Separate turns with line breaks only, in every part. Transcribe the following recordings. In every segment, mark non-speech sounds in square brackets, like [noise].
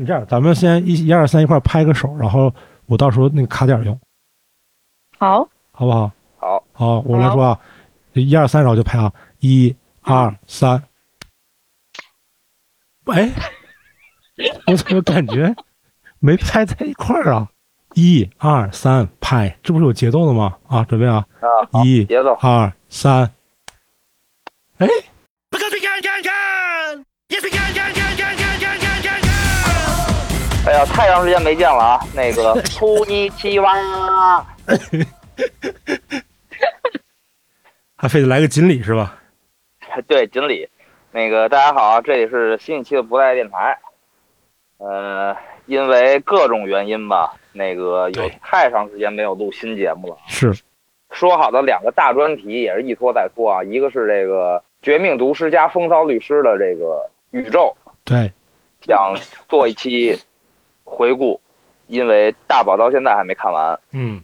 你这样，咱们先一一二三一块儿拍个手，然后我到时候那个卡点儿用，
好，
好不好？
好，
好，我来说啊，一二三，然后就拍啊，一二三。哎，我怎么感觉没拍在一块儿啊？一二三，拍，这不是有节奏的吗？啊，准备啊，
啊，好
一
节奏，
二三。哎，
哎呀，太长时间没见了啊！那个突尼基哇，
还非得来个锦鲤是吧？
对，锦鲤，那个大家好啊，这里是新一期的不在电台。呃，因为各种原因吧，那个有
对
太长时间没有录新节目了。
是，
说好的两个大专题也是一拖再拖啊，一个是这个《绝命毒师》加《风骚律师》的这个宇宙，
对，
想做一期回顾，因为大宝到现在还没看完，
嗯，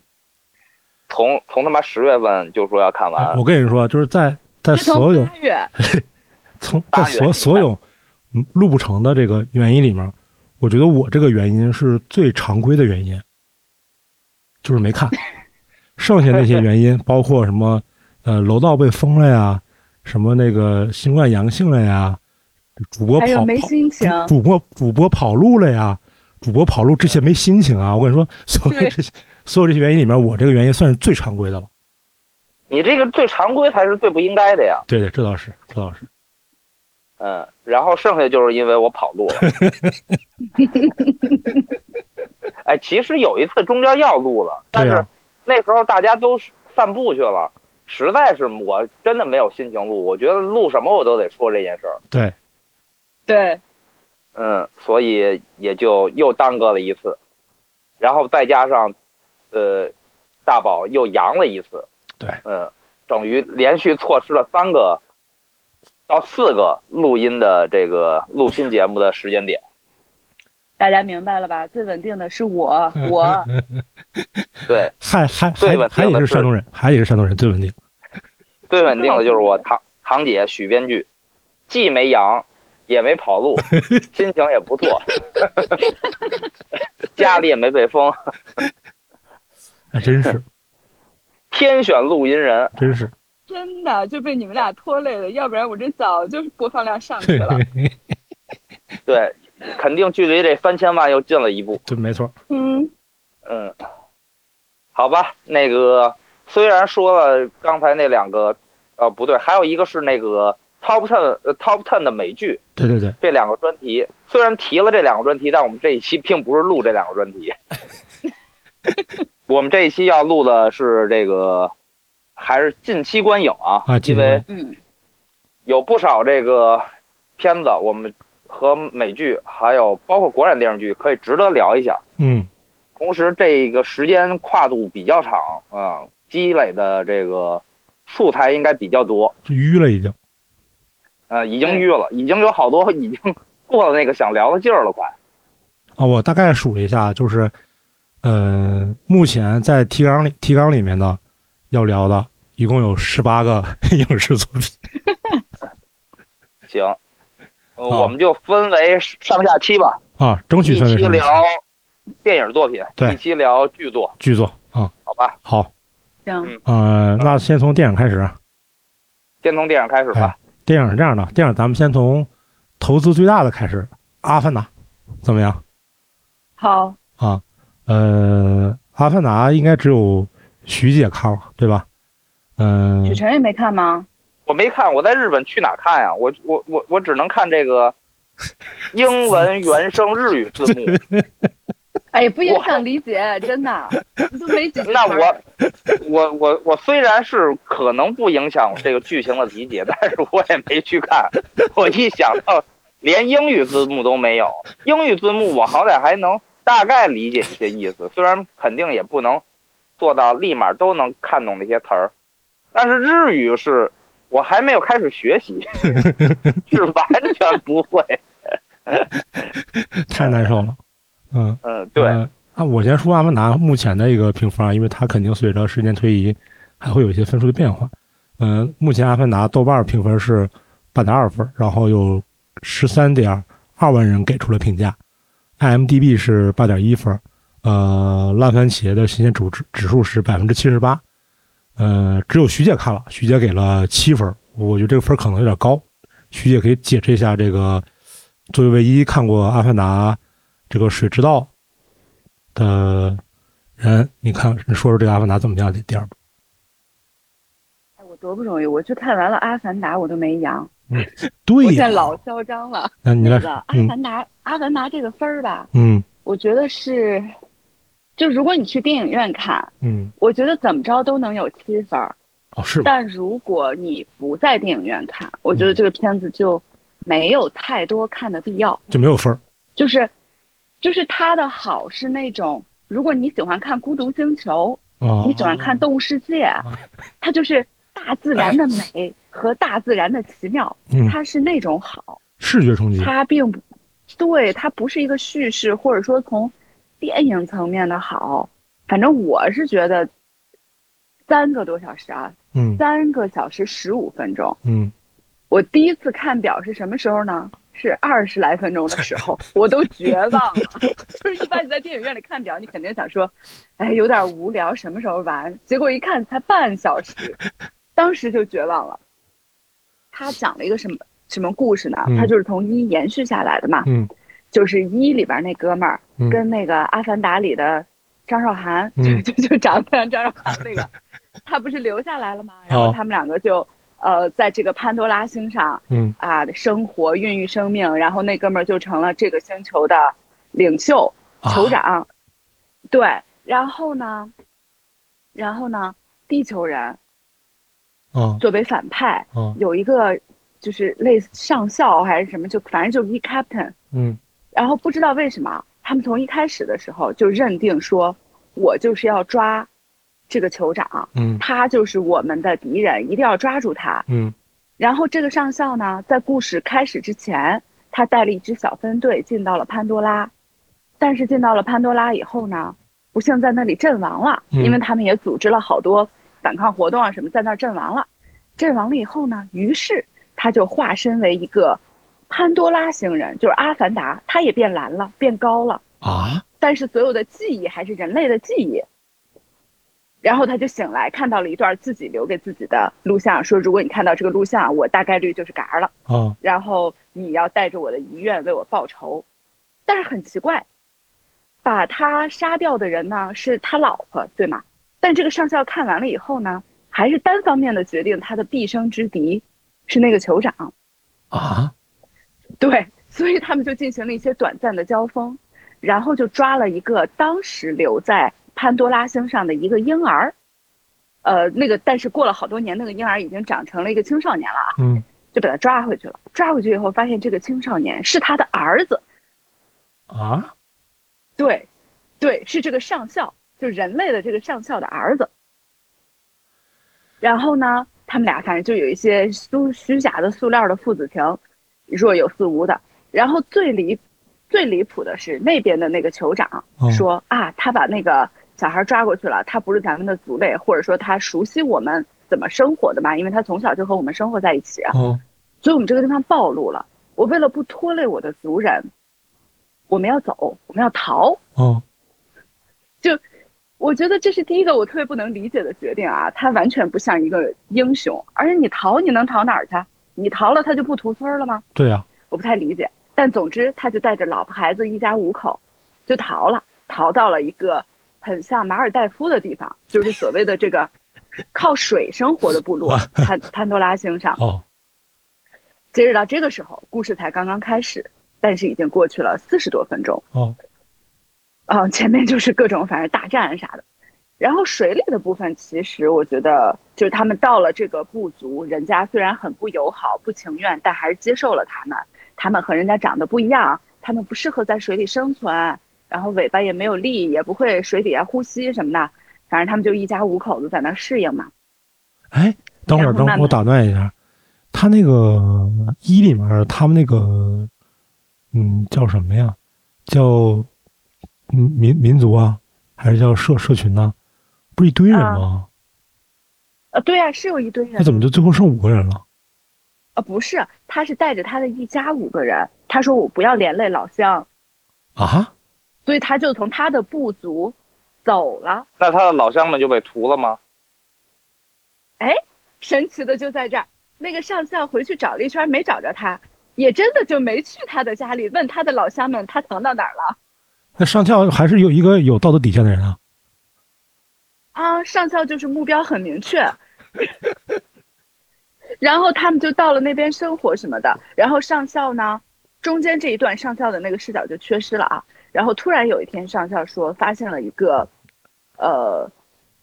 从从他妈十月份就说要看
[laughs] 哎
完，
我跟你说，就是在在
自从
所有
八月，
从
八
在
月
所
份
所有嗯录不成的这个原因里面，我觉得我这个原因是最常规的原因，就是没
[laughs]
看。剩下那些原因，包括什么呃楼道被封了呀，什么那个新冠阳性了呀，主播
还
跑
有哎没
跑
心情，
主播主播跑路了呀，主播跑路这些没心情啊。我跟你说，所有
对
这些所有这些原因里面，我这个原因算是最常规的了。
你这个最常规才是最不应该的呀。
对对，这倒是，这倒是。
嗯，然后剩下就是因为我跑路了。 [laughs] 哎，其实有一次中间要录了，但
对啊
是
呀
那时候大家都散步去了，实在是我真的没有心情录。我觉得录什么我都得说这件事儿，
对，
对，
嗯，所以也就又耽搁了一次，然后再加上，呃，大宝又阳了一次，
对，
嗯，等于连续错失了三个到四个录音的这个录新节目的时间点。
大家明白了吧？最稳定的是我，
嗯
我
对，
还还
最
还
稳
还
定
也
的
是
是
山东人，还也是山东人，最稳定。
最稳定的就是我堂堂姐许编剧，既没阳，也没跑路，心情也不错， [laughs] 家里也没被封，
哎，真是，
天选录音人。
真是，
真的就被你们俩拖累了，要不然我这早就播放量上去了。
对，肯定距离这三千万又近了一步。
对，没错，
嗯，
嗯，好吧，那个虽然说了刚才那两个，呃，不对，还有一个是那个 top ten 呃 top ten 的美剧，
对对对，
这两个专题虽然提了这两个专题，但我们这一期并不是录这两个专
[laughs]
题。我们这一期要录的是这个，还是近期观影啊？
啊近期
因
观影
为
嗯，
有不少这个片子，我们和美剧还有包括国产电视剧可以值得聊一下。
嗯，
同时，这个时间跨度比较长啊、积累的这个素材应该比较多。
就淤了已经。
呃，已经淤了，已经有好多已经过了那个想聊的劲儿了，快。
啊，我大概数了一下，就是，呃，目前在提纲里提纲里面的要聊的，一共有十八个 [laughs] 影视作品。
行，呃
好
我们就分为上下期吧，
啊，争取
一
分为
期
上
聊电影作品，
对
一期聊剧作，
剧作啊。
好吧？
好，
行，
呃，那先从电影开始啊。
先从电影开始吧。
电影是这样的，电影咱们先从投资最大的开始，《阿凡达》怎么样？
好，
啊，呃，《阿凡达》应该只有徐姐看了，对吧？嗯、
许晨也没看吗？
我没看，我在日本去哪看呀？我我我我只能看这个英文原声日语字幕。
哎，不影响理解，
[laughs]
真的，都没几句
那
词儿
我我我我虽然是可能不影响这个剧情的理解， [laughs] 但是我也没去看。我一想到连英语字幕都没有，英语字幕我好歹还能大概理解一些意思，虽然肯定也不能做到立马都能看懂那些词儿，但是日语是我还没有开始学习，是完全不会。
太难受了。嗯，
嗯，对，
呃啊，我先说《阿凡达》目前的一个评分啊，因为它肯定随着时间推移，还会有一些分数的变化。嗯、目前《阿凡达》豆瓣评分是八点二分，然后有十三点二万人给出了评价。 ，IMDB 是八点一分，呃，烂番茄的新鲜指指指数是百分之七十八，呃，只有徐姐看了，徐姐给了七分，我觉得这个分可能有点高，徐姐可以解释一下这个作为唯一看过《阿凡达》这个《水之道》的人，你看你说说这个《阿凡达》怎么样？这第二部，
哎我多不容易，我去看完了《阿凡达》，我都没阳，我
对
现
呀，
在老嚣张了。
那你来
那
说
个，《
嗯
阿凡达》，《阿凡达》这个分儿吧，
嗯
我觉得是，就如果你去电影院看，
嗯，
我觉得怎么着都能有七分儿。
哦是吧？嗯
但如果你不在电影院看，我觉得这个片子就没有太多看的必要。
就没有分儿，
就是，就是它的好是那种，如果你喜欢看《孤独星球》，
哦，
你喜欢看《动物世界》
哦，
它就是大自然的美和大自然的奇妙，
哎嗯
它是那种好，
视觉冲击，
它并不，对，它不是一个叙事，或者说从电影层面的好。反正我是觉得三个多小时啊，
嗯
三个小时十五分钟。
嗯，
我第一次看表是什么时候呢？是二十来分钟的时候，我都绝望了。 [laughs] 就是一般你在电影院里看表，你肯定想说，哎，有点无聊，什么时候完？结果一看才半小时，当时就绝望了。他讲了一个什么什么故事呢？
嗯
他就是从一延续下来的嘛，
嗯
就是一里边那哥们儿
嗯
跟那个《阿凡达》里的张韶涵，
嗯
[laughs] 就就就长得像张韶涵
[laughs]
那个，他不是留下来了吗？然后
哦
他们两个就呃在这个潘多拉星上。
嗯
啊生活、孕育生命，然后那哥们儿就成了这个星球的领袖、
啊
酋长。对，然后呢，然后呢，地球人
啊
作为反派，
啊
有一个就是类似上校还是什么，就反正就是一 captain。
嗯
然后不知道为什么，啊他们从一开始的时候就认定说，我就是要抓这个酋长，
嗯
他就是我们的敌人，一定要抓住他。
嗯
然后这个上校呢，在故事开始之前，他带了一支小分队进到了潘多拉，但是进到了潘多拉以后呢，不幸在那里阵亡了，
嗯
因为他们也组织了好多反抗活动啊什么，在那儿阵亡了。阵亡了以后呢，于是他就化身为一个潘多拉星人，就是阿凡达，他也变蓝了，变高了。
啊
但是所有的记忆还是人类的记忆。然后他就醒来，看到了一段自己留给自己的录像，说如果你看到这个录像，我大概率就是嘎儿了。
啊
然后你要带着我的遗愿为我报仇。但是很奇怪，把他杀掉的人呢是他老婆，对吗？但这个上校看完了以后呢，还是单方面的决定他的毕生之敌是那个酋长。
啊
[laughs] 对，所以他们就进行了一些短暂的交锋，然后就抓了一个当时留在潘多拉星上的一个婴儿，呃，那个但是过了好多年，那个婴儿已经长成了一个青少年了啊，
嗯
就把他抓回去了。抓回去以后，发现这个青少年是他的儿子，
啊
对，对，是这个上校，就人类的这个上校的儿子。然后呢，他们俩反正就有一些虚虚假的塑料的父子情，若有似无的。然后最离最离谱的是那边的那个酋长
哦
说、啊，他把那个小孩抓过去了，他不是咱们的族类，或者说他熟悉我们怎么生活的嘛，因为他从小就和我们生活在一起啊。
哦
所以我们这个地方暴露了。我为了不拖累我的族人，我们要走，我们要逃。
哦
我觉得这是第一个我特别不能理解的决定啊，他完全不像一个英雄，而且你逃你能逃哪儿去？你逃了他就不屠村了吗？
对呀
我不太理解。但总之，他就带着老婆孩子一家五口就逃了，逃到了一个很像马尔代夫的地方，就是所谓的这个靠水生活的部落潘潘多拉星上。
哦
截止到这个时候，故事才刚刚开始，但是已经过去了四十多分钟。
哦
啊、前面就是各种反正大战啥的。然后水里的部分，其实我觉得就是他们到了这个部族，人家虽然很不友好、不情愿，但还是接受了他们。他们和人家长得不一样，他们不适合在水里生存，然后尾巴也没有力，也不会水底下呼吸什么的。反正他们就一家五口子在那儿适应嘛。
哎，等会儿
然后
等会
慢
儿
慢
我打断一下，他那个一里面他们那个嗯叫什么呀？叫嗯民民族啊，还是叫社社群呢、不是一堆人
啊
吗？
呃，对呀、是有一堆人。
那怎么就最后剩五个人了？
呃，不是，他是带着他的一家五个人，他说我不要连累老乡，
啊
所以他就从他的部族走了。
那他的老乡们就被屠了吗？
神奇的就在这儿，那个上校回去找了一圈没找着他，也真的就没去他的家里问他的老乡们他藏到哪儿了。
那上校还是有一个有道德底线的人啊。
啊，上校就是目标很明确。 [laughs] 然后他们就到了那边生活什么的，然后上校呢，中间这一段上校的那个视角就缺失了啊。然后突然有一天，上校说发现了一个，呃，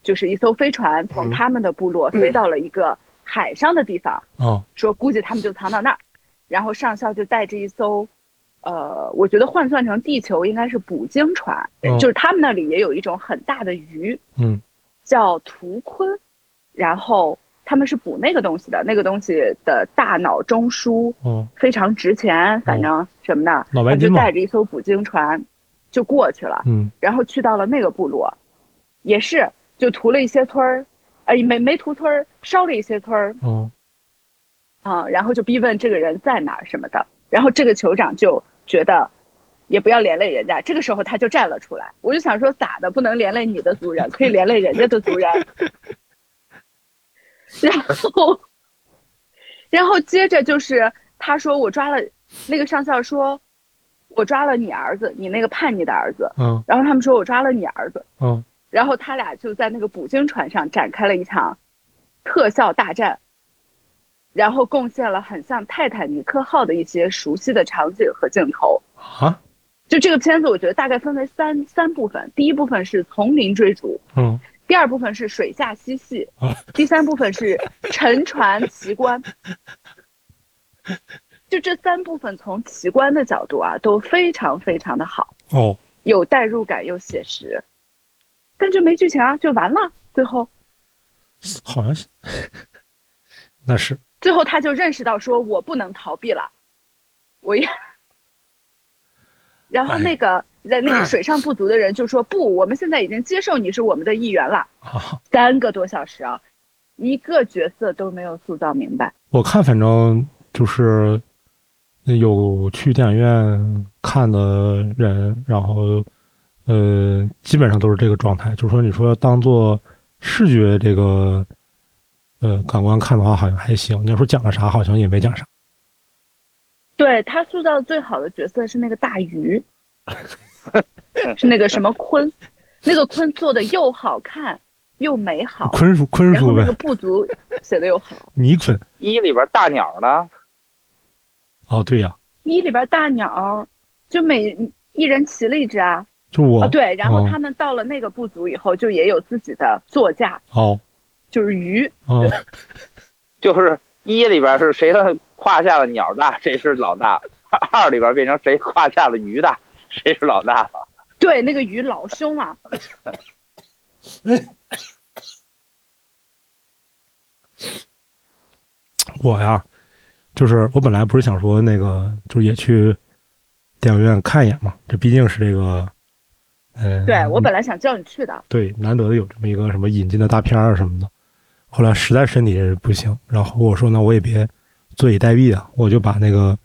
就是一艘飞船从他们的部落飞到了一个海上的地方，
啊，
说估计他们就藏到那儿。然后上校就带着一艘，呃，我觉得换算成地球应该是捕鲸船，
嗯
就是他们那里也有一种很大的鱼，
嗯，
叫图鲲，然后他们是捕那个东西的，那个东西的大脑中枢
哦，
非常值钱，反正什么的，
脑白
他
金
就
嘛
带着一艘捕鲸船就过去了，
嗯，
然后去到了那个部落，也是就屠了一些村儿，哎，没没屠村儿，烧了一些村儿
哦，
啊、然后就逼问这个人在哪儿什么的，然后这个酋长就觉得。也不要连累人家，这个时候他就站了出来。我就想说，咋的不能连累你的族人，可以连累人家的族人？然后，然后接着就是他说我抓了那个上校说，我抓了你儿子，你那个叛逆的儿子。
嗯，
然后他们说我抓了你儿子，
嗯，
然后他俩就在那个捕鲸船上展开了一场特效大战，然后贡献了很像泰坦尼克号的一些熟悉的场景和镜头。
啊，
就这个片子，我觉得大概分为三三部分，第一部分是丛林追逐，
嗯，
第二部分是水下嬉戏
啊，
第三部分是沉船奇观。就这三部分，从奇观的角度啊，都非常非常的好，
哦，
有代入感又写实，但就没剧情啊，就完了。最后，
好像是， [laughs] 那是，
最后他就认识到说，我不能逃避了，我也。然后那个在那个水上不足的人就说：“不，我们现在已经接受你是我们的一员了。
啊，”
三个多小时啊，一个角色都没有塑造明白。
我看反正就是有去电影院看的人，然后呃，基本上都是这个状态。就是说，你说当做视觉这个呃感官看的话，好像还行。你要说讲了啥，好像也没讲啥。
对他塑造最好的角色是那个大鱼，是那个什么鲲，那个鲲做的又好看又美好，
坤叔，坤
然后
叔
那个
呗，
部族写的又好。
你坤。
一里边大鸟呢？
哦，对呀、
[laughs] 一里边大鸟就每一人骑了一只啊，
就我
啊对，然后
哦
他们到了那个部族以后，就也有自己的座驾，
哦
就是鱼。
哦
就是一里边是谁的胯下的鸟大，谁是老大；二里边变成谁胯下的鱼大，谁是老大了。
对，那个鱼老凶啊了、
我呀，就是我本来不是想说那个，就是也去电影院看一眼嘛，这毕竟是这个，呃，
对我本来想叫你去的，
对难得的有这么一个什么引进的大片儿什么的，后来实在身体也不行，然后我说那我也别坐以待毙啊，我就把那个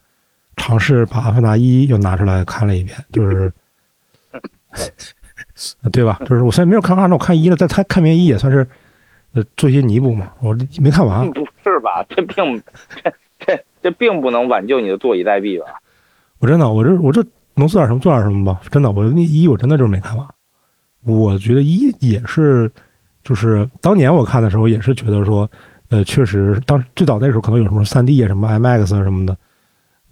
尝试把《阿凡达一》又拿出来看了一遍，就是。对吧？就是我虽然没有看二，那我看一了，但他看遍一也算是，呃，做一些弥补嘛。我没看完，啊
不是吧？这并这这这并不能挽救你的坐以待毙吧？
我真的，我这我这能做点什么做点什么吧。真的，我那一我真的就是没看完。我觉得一也是，就是当年我看的时候也是觉得说，呃，确实当最早那时候可能有什么三 D 啊、什么 IMAX 啊什么的，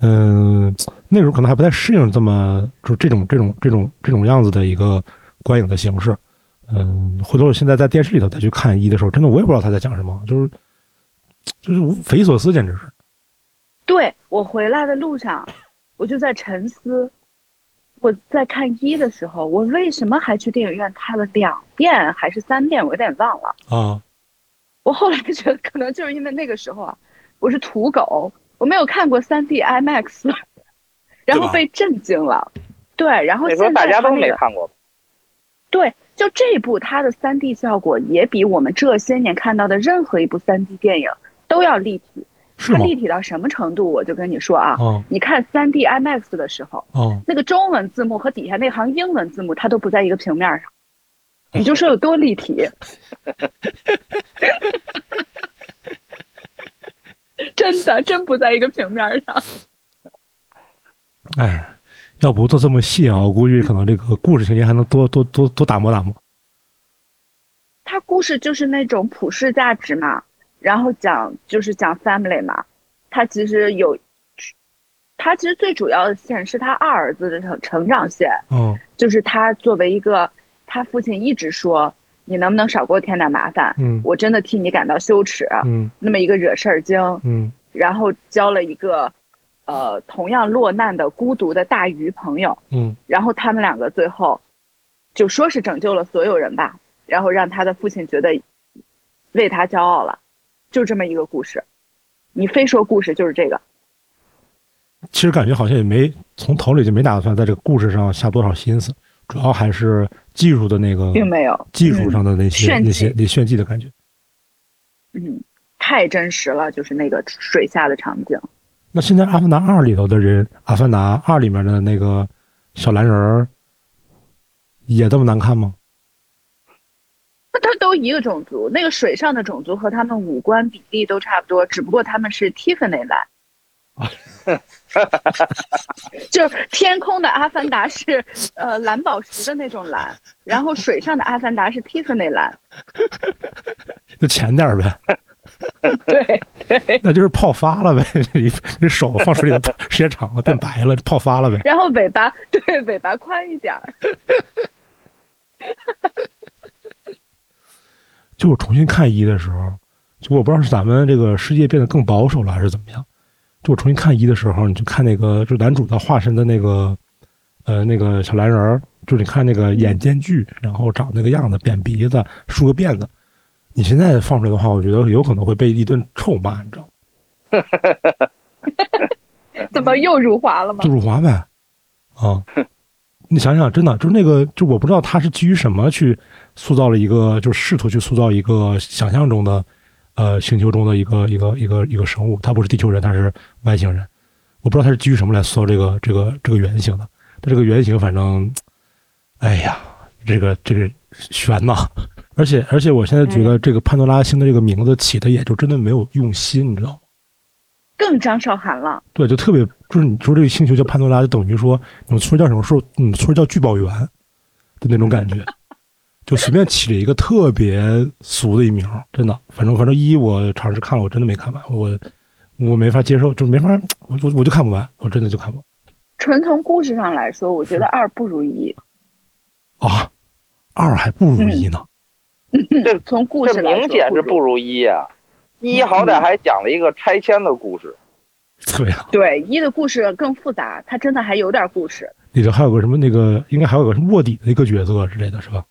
嗯、那时候可能还不太适应这么就这种这种这种这种样子的一个观影的形式。嗯，回头我现在在电视里头再去看一的时候，真的我也不知道他在讲什么，就是就是无匪夷所思，简直是。
对我回来的路上，我就在沉思，我在看一的时候，我为什么还去电影院看了两遍还是三遍，我有点忘了。
啊
我后来觉得可能就是因为那个时候啊，我是土狗，我没有看过 3D IMAX，然后被震惊了。对，然后
那
现
时候
在
大家
它
都
那
没
个
看过。
对，就这部它的 3D 效果也比我们这些年看到的任何一部 3D 电影都要立体，
是
它
吗？
立体到什么程度，我就跟你说啊，
哦
你看三 D IMAX 的时候，
哦，
那个中文字幕和底下那行英文字幕，它都不在一个平面上，你就说有多立体。真的，真不在一个平面上。
哎，要不做这么细啊，我估计可能这个故事情节还能多多多多打磨打磨。
它故事就是那种普世价值嘛，然后讲就是讲 family 嘛，它其实有，它其实最主要的线是他二儿子的成成长线，
嗯
就是他作为一个，他父亲一直说你能不能少给我添点麻烦，
嗯
我真的替你感到羞耻。
嗯
那么一个惹事儿精，
嗯
然后交了一个，呃，同样落难的孤独的大鱼朋友，
嗯
然后他们两个最后，就说是拯救了所有人吧，然后让他的父亲觉得为他骄傲了，就这么一个故事。你非说故事就是这个，
其实感觉好像也没从头里就没打算在这个故事上下多少心思，主要还是技术的那个
并没有
技术上的那些、
嗯
那些那炫技的感觉。
嗯，太真实了，就是那个水下的场景。
那现在《阿凡达二》里头的人，《阿凡达二》里面的那个小蓝人儿，也这么难看吗？
那他都一个种族，那个水上的种族和他们五官比例都差不多，只不过他们是 Tiffany
[laughs]
蓝。就是天空的阿凡达是呃蓝宝石的那种蓝，然后水上的阿凡达是 Tiffany 蓝。
就浅点儿呗，
[laughs]
[laughs]
对，
那就是泡发了呗。你你手放水里头时间长了变白了，泡发了呗。
然后尾巴对尾巴宽一点儿。
就我重新看一的时候，就我不知道是咱们这个世界变得更保守了，还是怎么样。就我重新看一的时候，你就看那个，就男主的化身的那个，呃，那个小蓝人儿，就你看那个眼间距，然后长那个样子，扁鼻子，梳个辫子。你现在放出来的话，我觉得有可能会被一顿臭骂，你知道吗？
嗯
怎么又辱华了吗
就？辱华呗，啊！你想想，真的就是那个，就我不知道他是基于什么去塑造了一个，就是试图去塑造一个想象中的，呃，星球中的一个一个一个一个生物，他不是地球人，他是外星人，我不知道他是基于什么来塑造这个这个这个原型的，但这个原型反正，哎呀，这个这个悬呐、而且而且我现在觉得这个潘多拉星的这个名字起的也就真的没有用心，你知道吗？
更张韶涵了。
对，就特别就是你说这个星球叫潘多拉，就等于说你们村儿叫什么？说你们村儿叫聚宝园的那种感觉，就随便起了一个特别俗的一名儿，真的。反正反正一我尝试看了，我真的没看完，我我没法接受，就没法，我我我就看不完，我真的就看不
纯从故事上来说，我觉得二不如一。
完啊。二还不如一呢，
这
从故事嗯
这
来说
明显是
不
不
如
如一啊！一好歹还讲了一个拆迁的故事，
[laughs] 对啊呀、
对一的故事更复杂，它真的还有点故事。
里头还有个什么那个，应该还有个什么卧底的一个角色之类的是吧？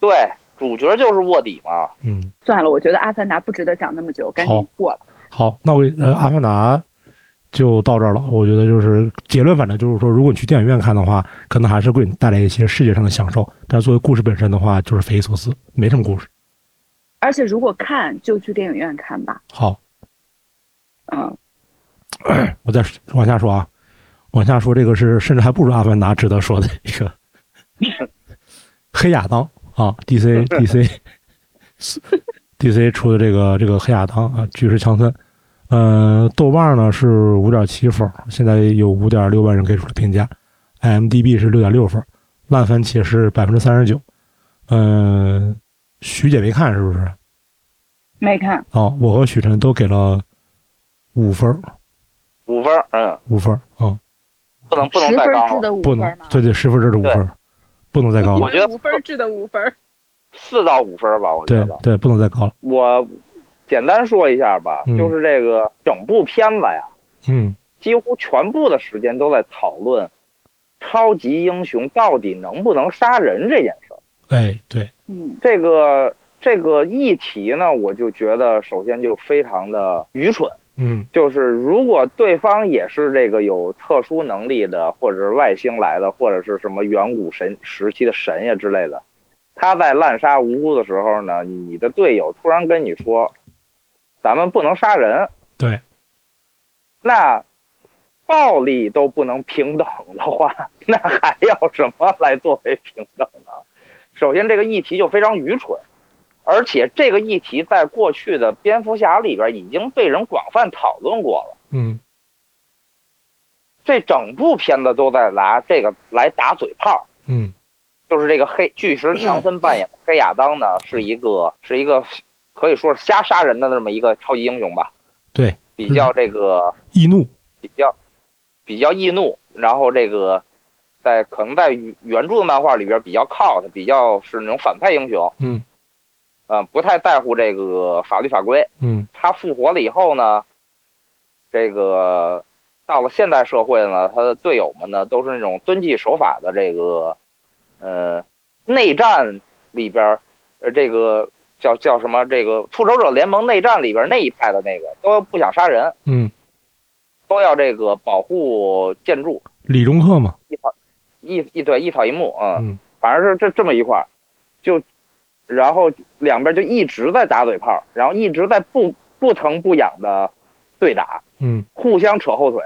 对，主角就是卧底嘛。
嗯，
算了，我觉得《阿凡达》不值得讲那么久，赶紧过了。
好，那我呃，《阿凡达》就到这儿了。我觉得就是结论，反正就是说，如果你去电影院看的话，可能还是会给你带来一些视觉上的享受，但是作为故事本身的话，就是匪夷所思，没什么故事。
而且如果看，就去电影院看吧。
好，
嗯，
我再往下说啊，往下说这个是甚至还不如《阿凡达》值得说的一个黑亚当啊，DC [laughs] DC DC 出的这个这个黑亚当啊，巨石强森。呃，豆瓣呢是五点七分，现在有五点六万人给出了评价，IMDB 是六点六分，烂番茄是百分之三十九。嗯，徐姐没看是不是？
没看，
哦，我和许晨都给了五分儿，
五分儿，嗯，
五分儿啊。
不能不能
十
再
分
高
制
了，
的五
不
分
能
吗，？
对对，十分制的五分儿，不能再高
我
了。
觉得
五分制的五分。
四到五分儿吧，我觉
对
得。
对，不能再高了。
我简单说一下吧，
嗯
就是这个整部片子呀，
嗯
几乎全部的时间都在讨论超级英雄到底能不能杀人这件事儿。
哎，对，
嗯，
这个这个议题呢，我就觉得首先就非常的愚蠢。
嗯
就是如果对方也是这个有特殊能力的，或者是外星来的，或者是什么远古神时期的神呀之类的，他在滥杀无辜的时候呢，你的队友突然跟你说，咱们不能杀人，
对，
那暴力都不能平等的话，那还要什么来作为平等呢？首先，这个议题就非常愚蠢，而且这个议题在过去的蝙蝠侠里边已经被人广泛讨论过了。
嗯
这整部片子都在拿这个来打嘴炮，
嗯
就是这个黑巨石强森扮演的黑亚当呢，是一个是一个可以说是瞎杀人的那么一个超级英雄吧。
对，
比较这个
易怒，
比较比较易怒，然后这个在可能在原著的漫画里边比较靠的，比较是那种反派英雄，
嗯
呃，不太在乎这个法律法规。
嗯
他复活了以后呢，这个到了现代社会呢，他的队友们呢都是那种遵纪守法的这个，呃，内战里边儿，呃，这个叫叫什么？这个复仇者联盟内战里边儿那一派的那个都不想杀人，
嗯，
都要这个保护建筑，
李中赫嘛，
一一对一草一木，嗯，
嗯
反正是这这么一块儿，就然后两边就一直在打嘴炮，然后一直在不不疼不痒的对打。
嗯，
互相扯后腿。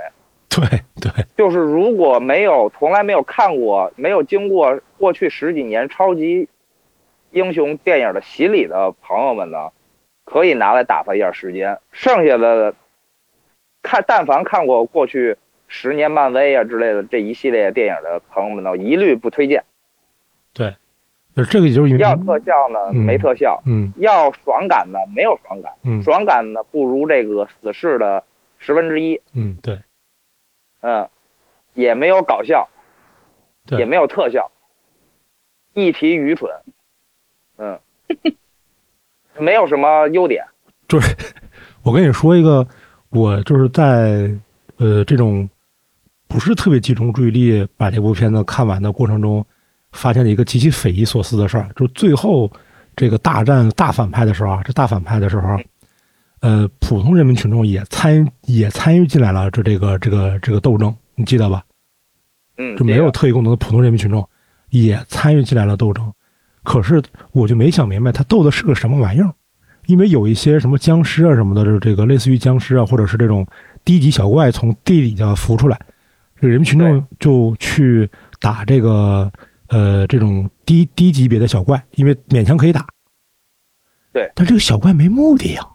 对对，
就是如果没有从来没有看过、没有经过过去十几年超级英雄电影的洗礼的朋友们呢，可以拿来打发一下时间。剩下的看，但凡看过过去十年漫威啊之类的这一系列电影的朋友们呢，一律不推荐。
呃这个就是因为
要特效呢，
嗯
没特效；
嗯
要爽感呢，没有爽感。
嗯
爽感呢，不如这个死侍的十分之一。
嗯对，
嗯，也没有搞笑，
对
也没有特效，议题愚蠢，
[laughs]
嗯，没有什么优点。
我跟你说一个，我就是在呃这种不是特别集中注意力把这部片子看完的过程中，发现了一个极其匪夷所思的事儿，就是最后这个大战大反派的时候啊，这大反派的时候啊，呃，普通人民群众也参也参与进来了这这个这个这个斗争，你记得吧？
嗯，
就没有特异功能的普通人民群众也参与进来了斗争。可是我就没想明白，他斗的是个什么玩意儿？因为有一些什么僵尸啊什么的，就是这个类似于僵尸啊，或者是这种低级小怪从地底下浮出来，这个人民群众就去打这个呃这种低低级别的小怪，因为勉强可以打。
对，
但这个小怪没目的呀、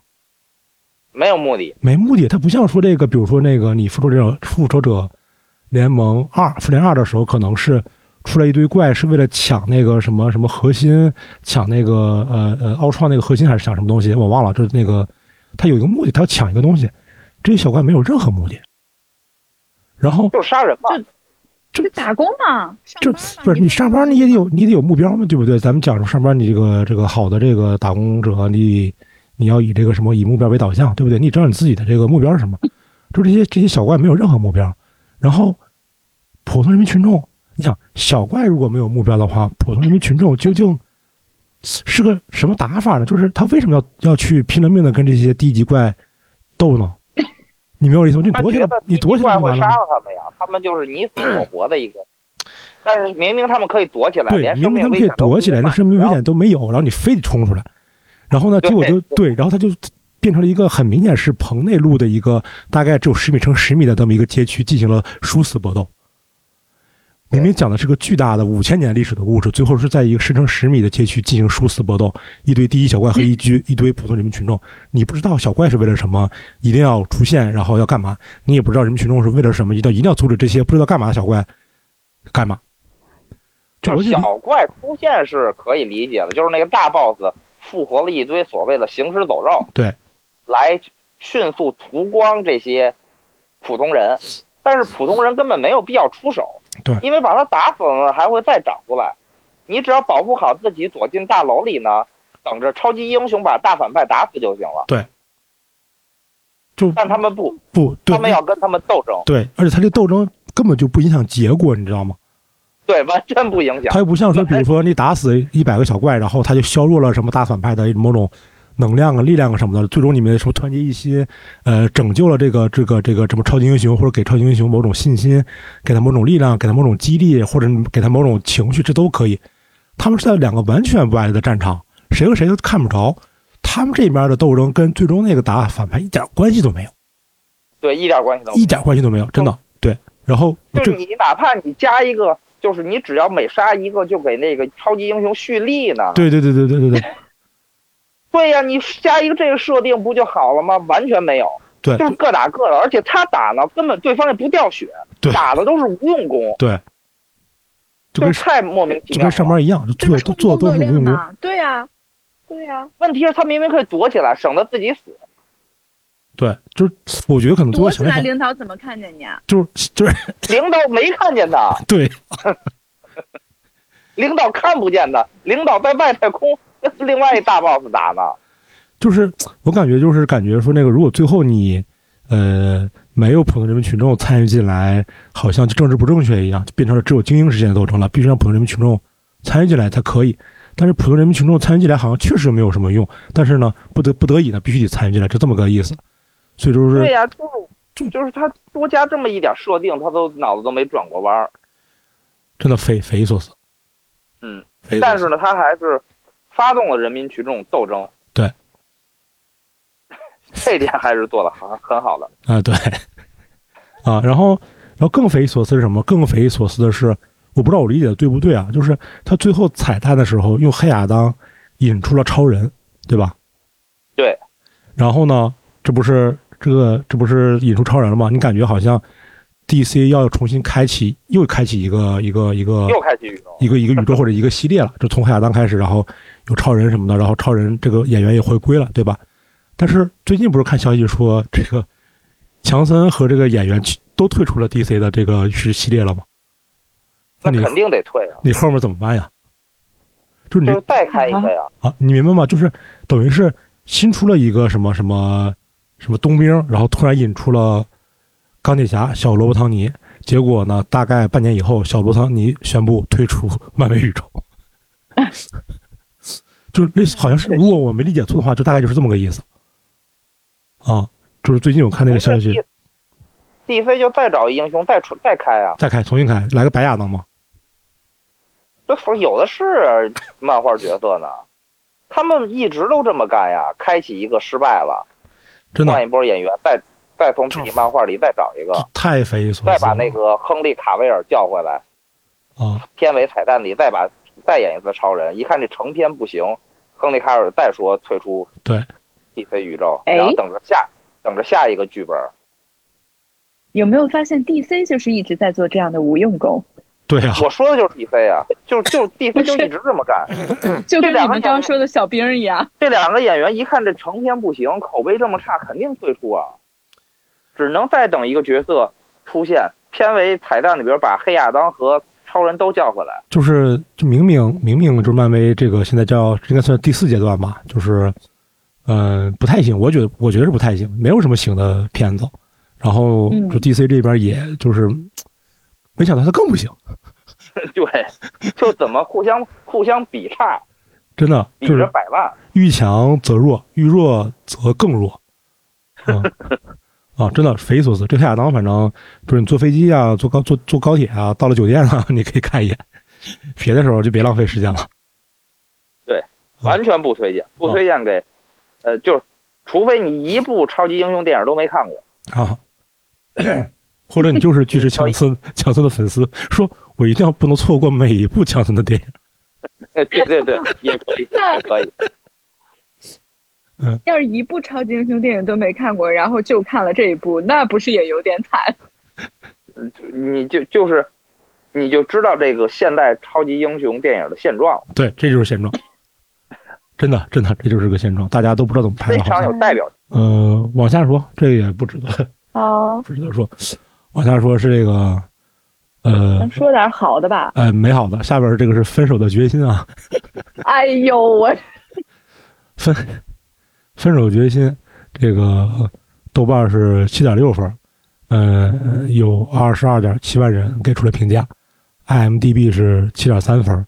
没有目的。
没目的，它不像说这个，比如说那个你复仇者复仇者联盟二复联二的时候，可能是出来一堆怪是为了抢那个什么什么核心，抢那个呃呃奥创那个核心还是抢什么东西，我忘了，就是那个他有一个目的，他要抢一个东西，这些小怪没有任何目的，然后
就是杀人嘛，
这
就打工嘛，上
这
班嘛
不是你上班你也得有你得有目标嘛，对不对？咱们讲说上班你这个这个好的这个打工者，你你要以这个什么以目标为导向，对不对？你知道你自己的这个目标是什 [laughs] 么？就这些这些小怪没有任何目标，然后普通人民群众，你想小怪如果没有目标的话，普通人民群众究竟是个什么打法呢？就是他为什么要要去拼了命的跟这些低级怪斗呢？你明白我意思吗？你
他
躲起
觉
来
得，
你躲起来
怪
就
会
完了
杀
吗。
了他们呀，他们就是你死我活的一个。但是明明他们可以躲起来，
对，
连
明
生
明他们
命危
可以
险都
躲
不
起来，那
犯
生命危险都没有，然后你非得冲出来，然后呢，结果就对，然后他就变成了一个很明显是棚内路的一个大概只有十米乘十米的这么一个街区，进行了殊死搏斗。明明讲的是个巨大的五千年历史的故事，最后是在一个十乘十米的街区进行殊死搏斗，一堆第一小怪和一居一堆普通人民群众。你不知道小怪是为了什么一定要出现，然后要干嘛，你也不知道人民群众是为了什么一定要一定要阻止这些不知道干嘛的小怪干嘛。就
就
我
是
就理
小怪出现是可以理解的，就是那个大 boss 复活了一堆所谓的行尸走肉，
对，
来迅速屠光这些普通人，但是普通人根本没有必要出手，
对
因为把他打死了还会再长出来，你只要保护好自己，躲进大楼里呢，等着超级英雄把大反派打死就行了。
对，就
但他们不，
不，对
他们要跟他们斗争，
对，而且他这斗争根本就不影响结果，你知道吗？
对，完全不影响
他。又不像说，比如说你打死一百个小怪，然后他就削弱了什么大反派的某种能量啊、力量啊什么的，最终你们什么团结一心，呃，拯救了这个这个这个什么超级英雄，或者给超级英雄某种信心，给他某种力量，给他某种激励，或者给他某种情绪，这都可以。他们是在两个完全不挨着的战场，谁和谁都看不着，他们这边的斗争跟最终那个打反派一点关系都没有。
对，一点关系都没有
一。点关系都没 [laughs] 有，真的。对，然后
就
这
是你哪怕你加一个，就是你只要每杀一个就给那个超级英雄蓄力呢。
对对对对对对对
对呀、你加一个这个设定不就好了吗？完全没有，
对
就是各打各的，而且他打呢根本对方也不掉血，
对
打的都是无用功，
对，就
就
跟
太莫名其
就
妙
跟
了。
上班一样，就
这
做
不是
做做
工
都是
作
无
量
用功。
吗？对呀、对呀、
问题是他明明可以躲起来，省得自己死。
对，就是我觉得可能多
躲
想
起
一
来
想，
领导怎么看见你啊？
就是就是 [laughs]
领导没看见他，
对
领导看不见他，领导在外太空跟另外一大 boss 打呢。
就是我感觉就是感觉说那个，如果最后你呃没有普通人民群众参与进来，好像就政治不正确一样，就变成了只有精英之间的斗争了，必须让普通人民群众参与进来才可以。但是普通人民群众参与进来好像确实没有什么用，但是呢，不得不得已呢，必须得参与进来，就这么个意思。所以就是
对呀、就是就是他多加这么一点设定，他都脑子都没转过弯儿。
真的匪匪夷所思。
嗯
匪夷所思，
但是呢，他还是发动了人民群众斗争。
对，
[laughs] 这点还是做的很很好的。
啊，对，啊，然后，然后更匪夷所思是什么？更匪夷所思的是，我不知道我理解的对不对啊？就是他最后彩蛋的时候，用黑亚当引出了超人，对吧？
对。
然后呢，这不是这个这不是引出超人了吗？你感觉好像 DC 要重新开启，又开启一个一个一个
又开启宇宙，
一个一个宇宙或者一个系列了，就从黑亚当开始，然后有超人什么的，然后超人这个演员也回归了，对吧？但是最近不是看消息说这个强森和这个演员去都退出了 DC 的这个是系列了吗？
那
你
肯定得退啊，
你后面怎么办呀？就是你
就是再开一个呀。
啊，你明白吗？就是等于是新出了一个什么什么什么冬兵，然后突然引出了钢铁侠小罗伯·唐尼，结果呢，大概半年以后，小罗伯·唐尼宣布退出漫威宇
[laughs]
宙，就是类似，好像是，如果我没理解错的话，就大概就是这么个意思啊。就是最近我看那个消息，
DC 就再找一英雄再出再开啊，
再开重新开，来个白亚当嘛，
这不是有的是 [laughs] 漫画角色呢，他们一直都这么干呀，开启一个失败了，
真的
换一波演员，再再从自己漫画里再找一个，
太匪夷所
再
思了
把那个亨利卡维尔叫回来，
啊，
片尾彩蛋里再把再演一次超人，一看这成片不行，亨利卡维尔再说退出
对
DC 宇宙，
哎
然后等着下等着下一个剧本，
有没有发现 DC 就是一直在做这样的无用功，
对呀、
我说的就是 DC 啊，就就 DC 就一直这么干。
就跟
嗯这两
你
个
们刚刚说的小兵一样。
这两个演员一看这成片不行，口碑这么差，肯定退出啊，只能再等一个角色出现，片尾彩蛋里边把黑亚当和超人都叫回来。 [laughs]
就是就明明明明就是漫威这个现在叫应该算第四阶段吧，就是嗯、呃不太行，我觉得我觉得是不太行，没有什么行的片子。然后
嗯
就 DC 这边也就是没想到它更不行，
对，就怎么互相互相比差，
真的
比
就
着
是
百万。
遇强则弱，遇弱则更弱。啊 [laughs] 啊，真的匪夷所思。这黑亚当反正就是你坐飞机啊，坐高坐坐高铁啊，到了酒店啊， [laughs] 你可以看一眼，别的时候就别浪费时间了。
完全不推荐，不推荐给，呃，就是除非你一部超级英雄电影都没看过， [laughs]
啊， [clears throat] 或者你就是巨石强
[laughs]
森强森的粉丝，说我一定要不能错过每一部强森的电影。
对对对，也可以，也可以。
要是一部超级英雄电影都没看过，然后就看了这一部，那不是也有点惨？
嗯你就就是，你就知道这个现代超级英雄电影的现状，
对，这就是现状。真的，真的，这就是个现状，大家都不知道怎么拍
非
的好
常。有代表
呃，往下说，这个也不值得， [laughs]
哦，
不值得说。往下说是这个，呃
嗯
咱，说点好的吧。
呃，美好的。下边这个是分手的决心啊，
哎呦，我
分分手决心，这个豆瓣是七点六分，呃，有二十二点七万人给出了评价，IMDB 是七点三分，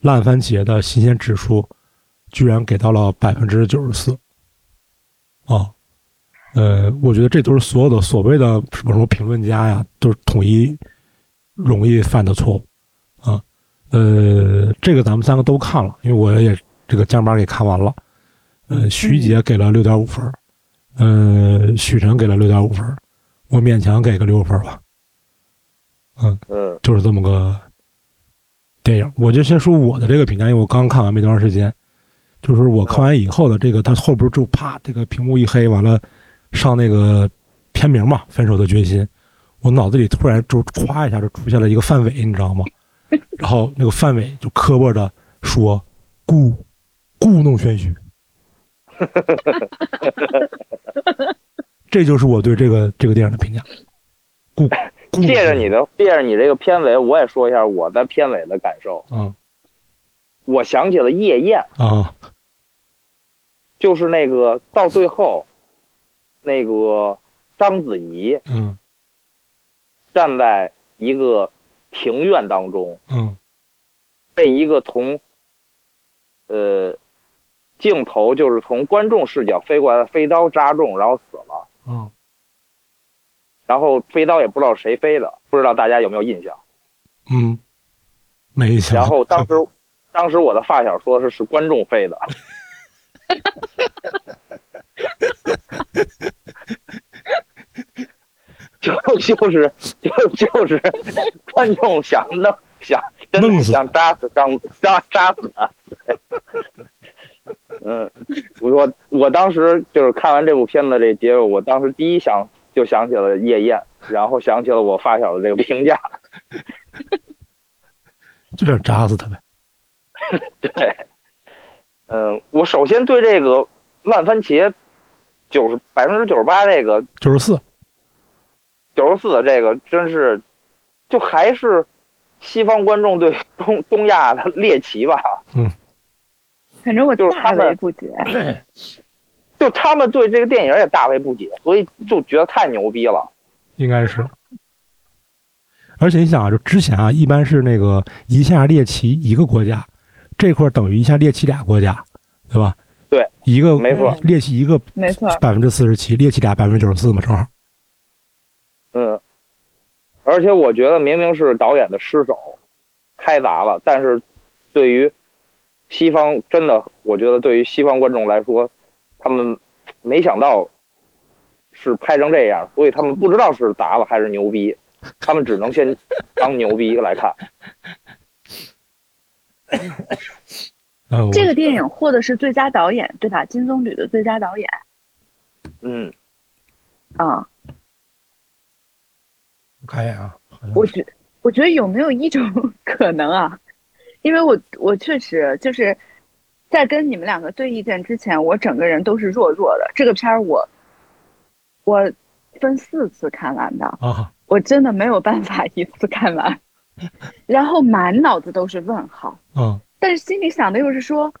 烂番茄的新鲜指数居然给到了百分之九十四，啊，呃，我觉得这都是所有的所谓的什么什么评论家呀，都是统一容易犯的错误啊，呃，这个咱们三个都看了，因为我也这个加班给看完了，呃，徐姐给了六点五分，呃，许晨给了六点五分，我勉强给个六分吧。嗯，
嗯
就是这么个电影。我就先说我的这个评价，因为我刚看完没多长时间，就是我看完以后的这个，它后边就啪，这个屏幕一黑，完了上那个片名嘛，《分手的决心》，我脑子里突然就唰一下就出现了一个范伟，你知道
[laughs]
吗？然后那个范伟就磕巴着说：“故故弄玄
[laughs]
虚。”这就是我对这个这个电影的评价。故故弄
嗯借着
玄
你
虚
的借着你这个片尾，我也说一下我的片尾的感受。
啊
我想起了夜宴，
啊
就是那个到最后，那个章子怡
嗯
站在一个庭院当中，
嗯
被一个从，呃，镜头就是从观众视角飞过来的飞刀扎中，然后死了。
嗯
然后飞刀也不知道谁飞的，不知道大家有没有印象。
嗯，没印象。
[laughs] 然后
[laughs]
当时，当时我的发小说是是观众飞的， [laughs] 就就是就就是观众想弄想真
弄
的
死
想扎死张扎扎死他。嗯，我说我当时就是看完这部片子这结尾，我当时第一想就想起了夜宴，然后想起了我发小的这个评价，
就想扎死他呗。
对，嗯，我首先对这个烂番茄九十百分之九十八这个
九十四，
九十四的这个真是，就还是西方观众对东东亚的猎奇吧，
反正我
就是
大
他们
为不解。
就他们对这个电影也大为不解，所以就觉得太牛逼了。
应该是。而且你想啊，就之前啊，一般是那个一下猎奇一个国家，这块儿等于一下猎奇俩国家，对吧？
对，
一个
没错
猎奇一个
没错，
百分之四十七，猎奇俩百分之九十四嘛，正好。
嗯，而且我觉得明明是导演的失手，开砸了，但是对于西方真的，我觉得对于西方观众来说，他们没想到是拍成这样，所以他们不知道是砸了还是牛逼，他们只能先当牛逼来看。
呃，我
这个电影获的是最佳导演，对吧？金棕榈的最佳导演
嗯，
啊、
我看一眼啊，好像
我觉我觉得有没有一种 [laughs] 可能啊？因为我我确实就是在跟你们两个对意见之前，我整个人都是弱弱的。这个片儿我我分四次看完的，
啊，
我真的没有办法一次看完， [laughs] 然后满脑子都是问号，
嗯，
但是心里想的又是说，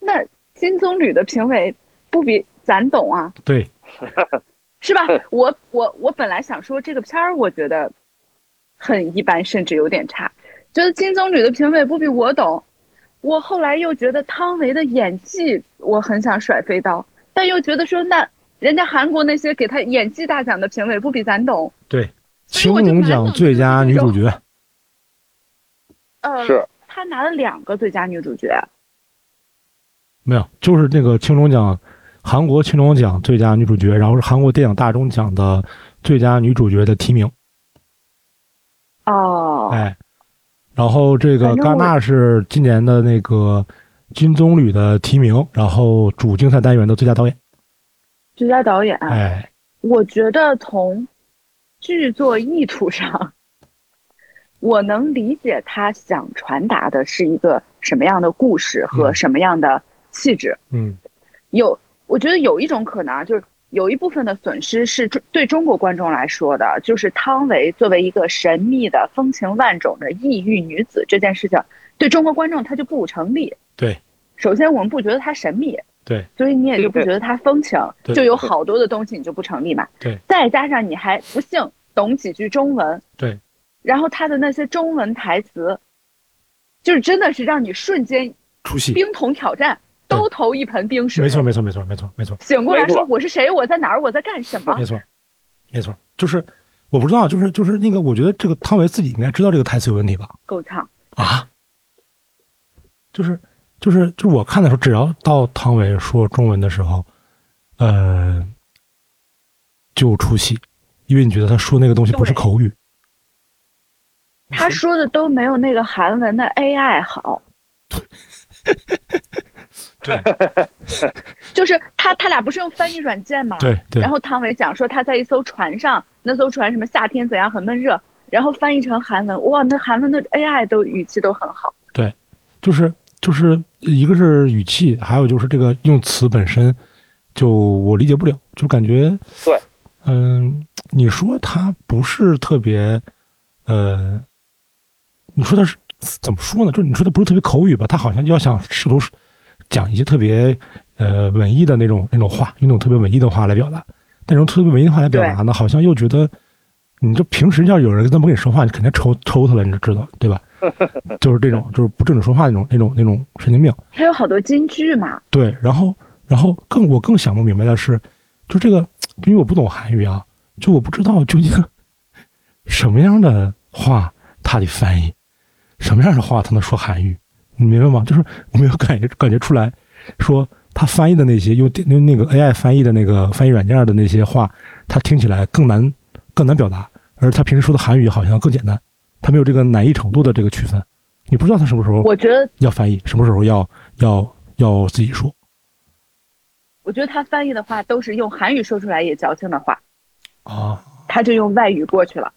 那金棕榈的评委不比咱懂啊，
对，
是吧？我我我本来想说这个片儿，我觉得很一般，甚至有点差。觉得金棕榈的评委不比我懂，我后来又觉得汤唯的演技，我很想甩飞刀，但又觉得说那人家韩国那些给他演技大奖的评委不比咱懂，
青
所以我就
龙
满脑
奖
子
最佳女主角，
呃，
是
她拿了两个最佳女主角，
没有，就是那个青龙奖，韩国青龙奖最佳女主角，然后是韩国电影大钟奖的最佳女主角的提名，
哦，
哎，然后这个
反正
戛
我
纳是今年的那个金棕榈的提名，然后主竞赛单元的最佳导演，
最佳导演，
哎，
我觉得从剧作意图上，我能理解他想传达的是一个什么样的故事和
嗯
什么样的气质。
嗯
有，我觉得有一种可能啊，就是有一部分的损失是中对中国观众来说的，就是汤唯作为一个神秘的、风情万种的异域女子这件事情，对中国观众它就不成立。
对，
首先我们不觉得它神秘，
对，
所以你也就不觉得它风情，
对
就有好多的东西你就不成立嘛。
对，
再加上你还不幸懂几句中文，
对，
然后他的那些中文台词，就是真的是让你瞬间
出戏，
冰桶挑战，
对
兜头一盆冰水，
没错，没错没错没错没错
醒过来
没错
说我是谁，我在哪儿，我在干什么
没，错没错，就是我不知道，就是就是那个，我觉得这个汤唯自己应该知道这个台词有问题吧，
够呛。
啊，就是就是就是我看的时候，只要到汤唯说中文的时候，呃，就出戏。因为你觉得他说那个东西不是
对
口语。
他说的都没有那个韩文的 AI 好，
[laughs] 对
就是他他俩不是用翻译软件吗？
对对
然，后汤唯讲说他在一艘船上，那艘船什么夏天怎样很闷热，然后翻译成韩文，哇，那韩文的 AI 都语气都很好。
就是就是一个是语气，还有就是这个用词本身，就我理解不了，就感觉
对，
嗯，你说他不是特别，呃，你说他是怎么说呢？就是你说他不是特别口语吧？他好像要想试图讲一些特别呃文艺的那种那种话，用那种特别文艺的话来表达，但是用特别文艺的话来表达呢，好像又觉得。你就平时要有人这么跟你说话，你肯定抽抽他了，你就知道对吧？就是这种，就是不正经说话那种、那种、那种神经病。
他有好多金句嘛，
对，然后，然后更我更想不明白的是，就这个，因为我不懂韩语啊，就我不知道究竟什么样的话他得翻译，什么样的话他能说韩语，你明白吗？就是我没有感觉感觉出来，说他翻译的那些用电用那个 AI 翻译的那个翻译软件的那些话，他听起来更难更难表达，而他平时说的韩语好像更简单，他没有这个难易程度的这个区分，你不知道他什么时候
我觉得
要翻译，什么时候要要要自己说。
我觉得他翻译的话都是用韩语说出来也矫情的话，
啊，
他就用外语过去了。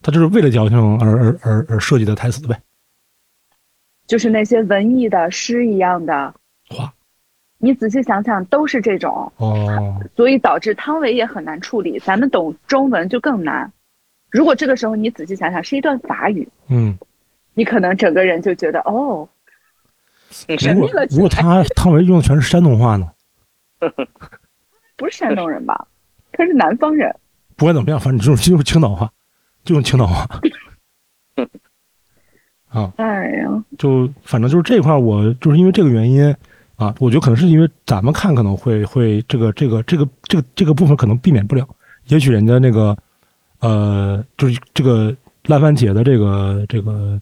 他就是为了矫情而而而而设计的台词呗。
就是那些文艺的诗一样的
哇。
你仔细想想，都是这种，
哦，
所以导致汤唯也很难处理。咱们懂中文就更难。如果这个时候你仔细想想，是一段法语，
嗯，
你可能整个人就觉得哦，
如
神
果
秘了起
如果他汤唯用的全是山东话呢？
不是山东人吧？他是南方人，
不管怎么样，反正你就就用青岛话，就用青岛话。啊，
哎呀，
就反正就是这块儿，我就是因为这个原因啊，我觉得可能是因为咱们看可能会会这个这个这个这个这个部分可能避免不了，也许人家那个呃，就是这个烂番茄的这个这个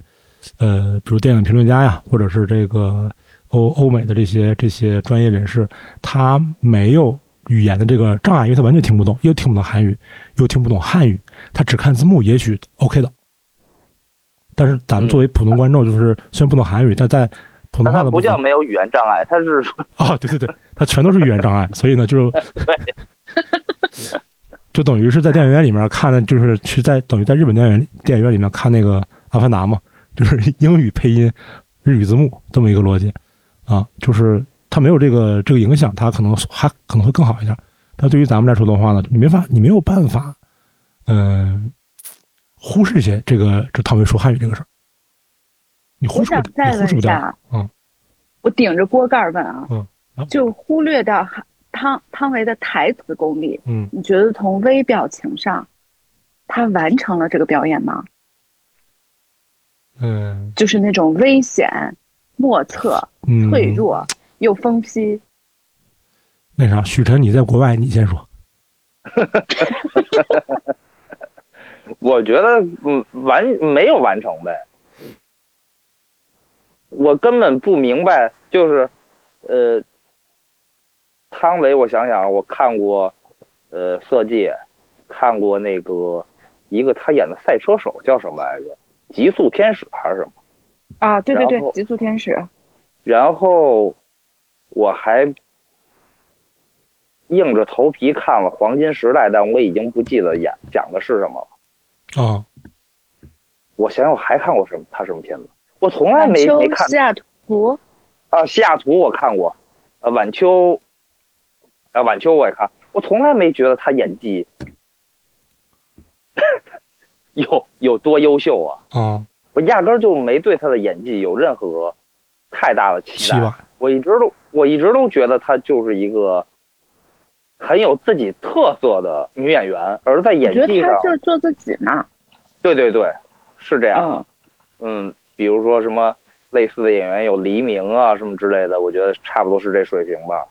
呃，比如电影评论家呀，或者是这个欧欧美的这些这些专业人士，他没有语言的这个障碍，因为他完全听不懂，又听不懂韩语，又听不懂汉语，他只看字幕，也许 OK 的。但是咱们作为普通观众，就是虽然不懂韩语，但在普通
但
话
他
的部
不
分
叫没有语言障碍，他是
[laughs] 啊，对对对，它全都是语言障碍，所以呢，就是就等于是在电影院里面看的，就是去在等于在日本电影院电影院里面看那个《阿凡达》嘛，就是 [laughs] 英语配音、日语字幕这么一个逻辑啊，就是它没有这个这个影响，它可能还可能会更好一点。但对于咱们来说的话呢，你没法，你没有办法，嗯、忽视一些这个这汤唯说汉语这个事儿，你忽
我
视不
想
你忽
再
视
问
不
一
掉
下
了，
啊，
嗯
我顶着锅盖儿问啊，
嗯好
就忽略掉哈汤汤唯的台词功力，
嗯。
你觉得从微表情上，他完成了这个表演吗？
嗯
就是那种危险、莫测、
嗯，
脆弱又疯批，
那啥，许晨，你在国外，你先说。
我觉得嗯完没有完成呗，我根本不明白，就是呃，汤唯，我想想，我看过呃《色戒》，看过那个一个他演的赛车手叫什么来着，《极速天使》还是什么？
啊！对对对
然后，
极速天使，
然后我还硬着头皮看了《黄金时代》，但我已经不记得演讲的是什么了。
啊、
我想想，我还看过什么？他什么片子？我从来
晚
没
秋
没看
西雅图，
啊，《西雅图》我看过，呃，《晚秋》，啊，《晚秋》我也看，我从来没觉得他演技 [laughs] 有有多优秀啊，
啊，
我压根儿就没对他的演技有任何太大的期
希
待。
望
我一直都我一直都觉得她就是一个很有自己特色的女演员，而在
我
演
觉得
技上
他，就是做自己嘛，
对对对，啊是这样。
嗯，
嗯，比如说什么类似的演员有黎明啊什么之类的，我觉得差不多是这水平吧，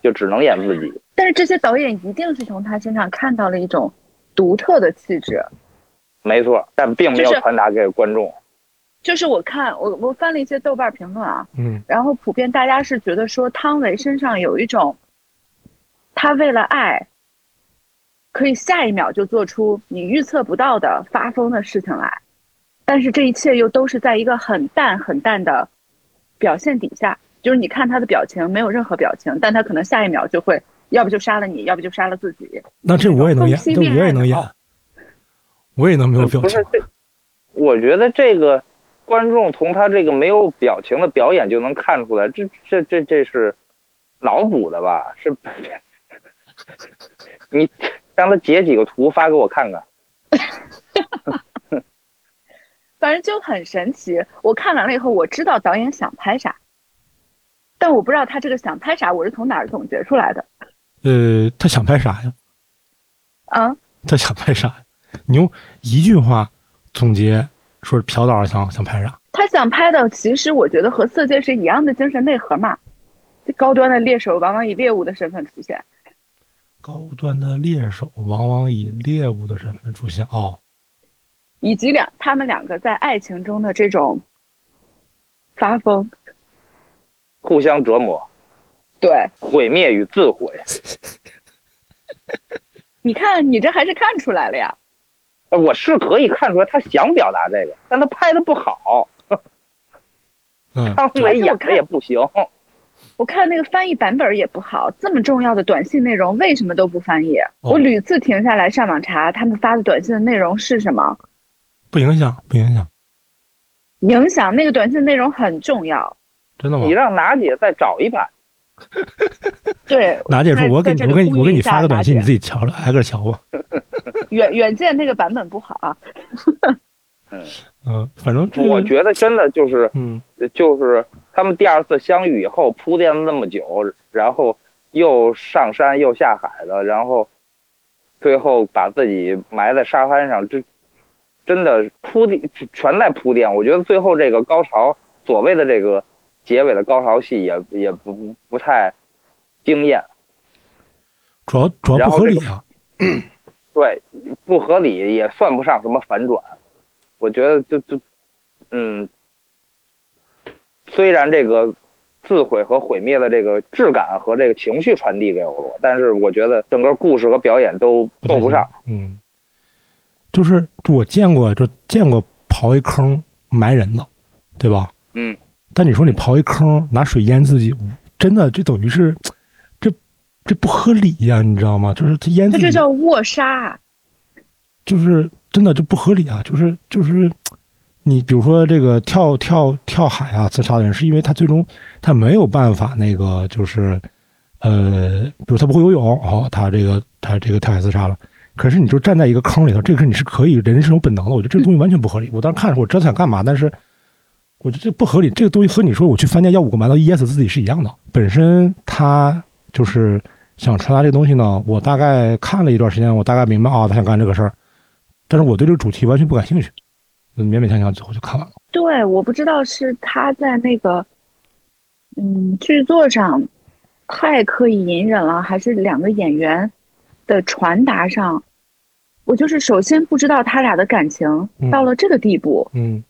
就只能演自己。
但是这些导演一定是从他身上看到了一种独特的气质。
没错，但并没有传达给观众。
就是我看我我翻了一些豆瓣评论啊，
嗯
然后普遍大家是觉得说汤唯身上有一种，他为了爱，可以下一秒就做出你预测不到的发疯的事情来，但是这一切又都是在一个很淡很淡的表现底下，就是你看他的表情没有任何表情，但他可能下一秒就会，要不就杀了你，要不就杀了自己。
那这我也能演，
分析
这
恋
我
爱
也能
脑
演，我也能没有表
呃不
情
是。这，我觉得这个观众从他这个没有表情的表演就能看出来，这这这这是脑补的吧？是， [laughs] 你让他截几个图发给我看看。
反正就很神奇。我看完了以后，我知道导演想拍啥，但我不知道他这个想拍啥，我是从哪儿总结出来的
呃，他想拍啥呀？
啊？
他想拍啥呀？你用一句话总结说朴导想想拍啥？
他想拍的，其实我觉得和《色戒》是一样的精神内核嘛。这高端的猎手往往以猎物的身份出现，
高端的猎手往往以猎物的身份出现。哦，
以及两他们两个在爱情中的这种发疯，
互相折磨、
对。
毁灭与自毁。
你看，你这还是看出来了呀！
呃我是可以看出来他想表达这个，但他拍的不好，
嗯，
张
对
伟演的也不行。
嗯
我看那个翻译版本也不好，这么重要的短信内容为什么都不翻译？我屡次停下来上网查他们发的短信的内容是什么，
不影响，不影响，
影响那个短信内容很重要。
真的吗
你？让娜姐再找一版，
对，
拿姐说，
在
我给
在
你，
这
我
里
给你，
呼吁
我给你
一下
发个
拿
短信，
姐
你自己瞧着，挨个瞧吧。
远远见那个版本不好啊。
嗯，反正这个
我觉得真的就是
嗯，
就是他们第二次相遇以后铺垫了那么久，然后又上山又下海的，然后最后把自己埋在沙滩上，这真的铺垫全在铺垫。我觉得最后这个高潮，所谓的这个结尾的高潮戏也也不不不太惊艳。
主要主要
然
不
后
合
这
理
个
啊。
对，不合理也算不上什么反转，我觉得就就，嗯，虽然这个自毁和毁灭的这个质感和这个情绪传递给了我，但是我觉得整个故事和表演都够不上。。
嗯，就是我见过，就见过刨一坑埋人的，对吧？
嗯。
但你说你刨一坑拿水淹自己，真的这等于是，这这不合理呀、你知道吗？就是他淹
那
自
这
己，
叫卧沙，
就是真的就不合理啊！就是就是，你比如说这个跳跳跳海啊，自杀的人是因为他最终他没有办法那个就是，呃，比如他不会游泳，哦，他这个他这个跳海自杀了。可是你就站在一个坑里头，这个你是可以，人是有本能的。我觉得这个东西完全不合理。我当时看的时候，我知道他想干嘛，但是我觉得这不合理。这个东西和你说我去饭店要五个馒头噎死自己是一样的。本身他就是想传达这个东西呢，我大概看了一段时间，我大概明白啊，他想干这个事儿。但是我对这个主题完全不感兴趣，嗯勉勉强强最后就看完了。
对，我不知道是他在那个，嗯，剧作上太刻意隐忍了，还是两个演员的传达上，我就是首先不知道他俩的感情
嗯
到了这个地步。
嗯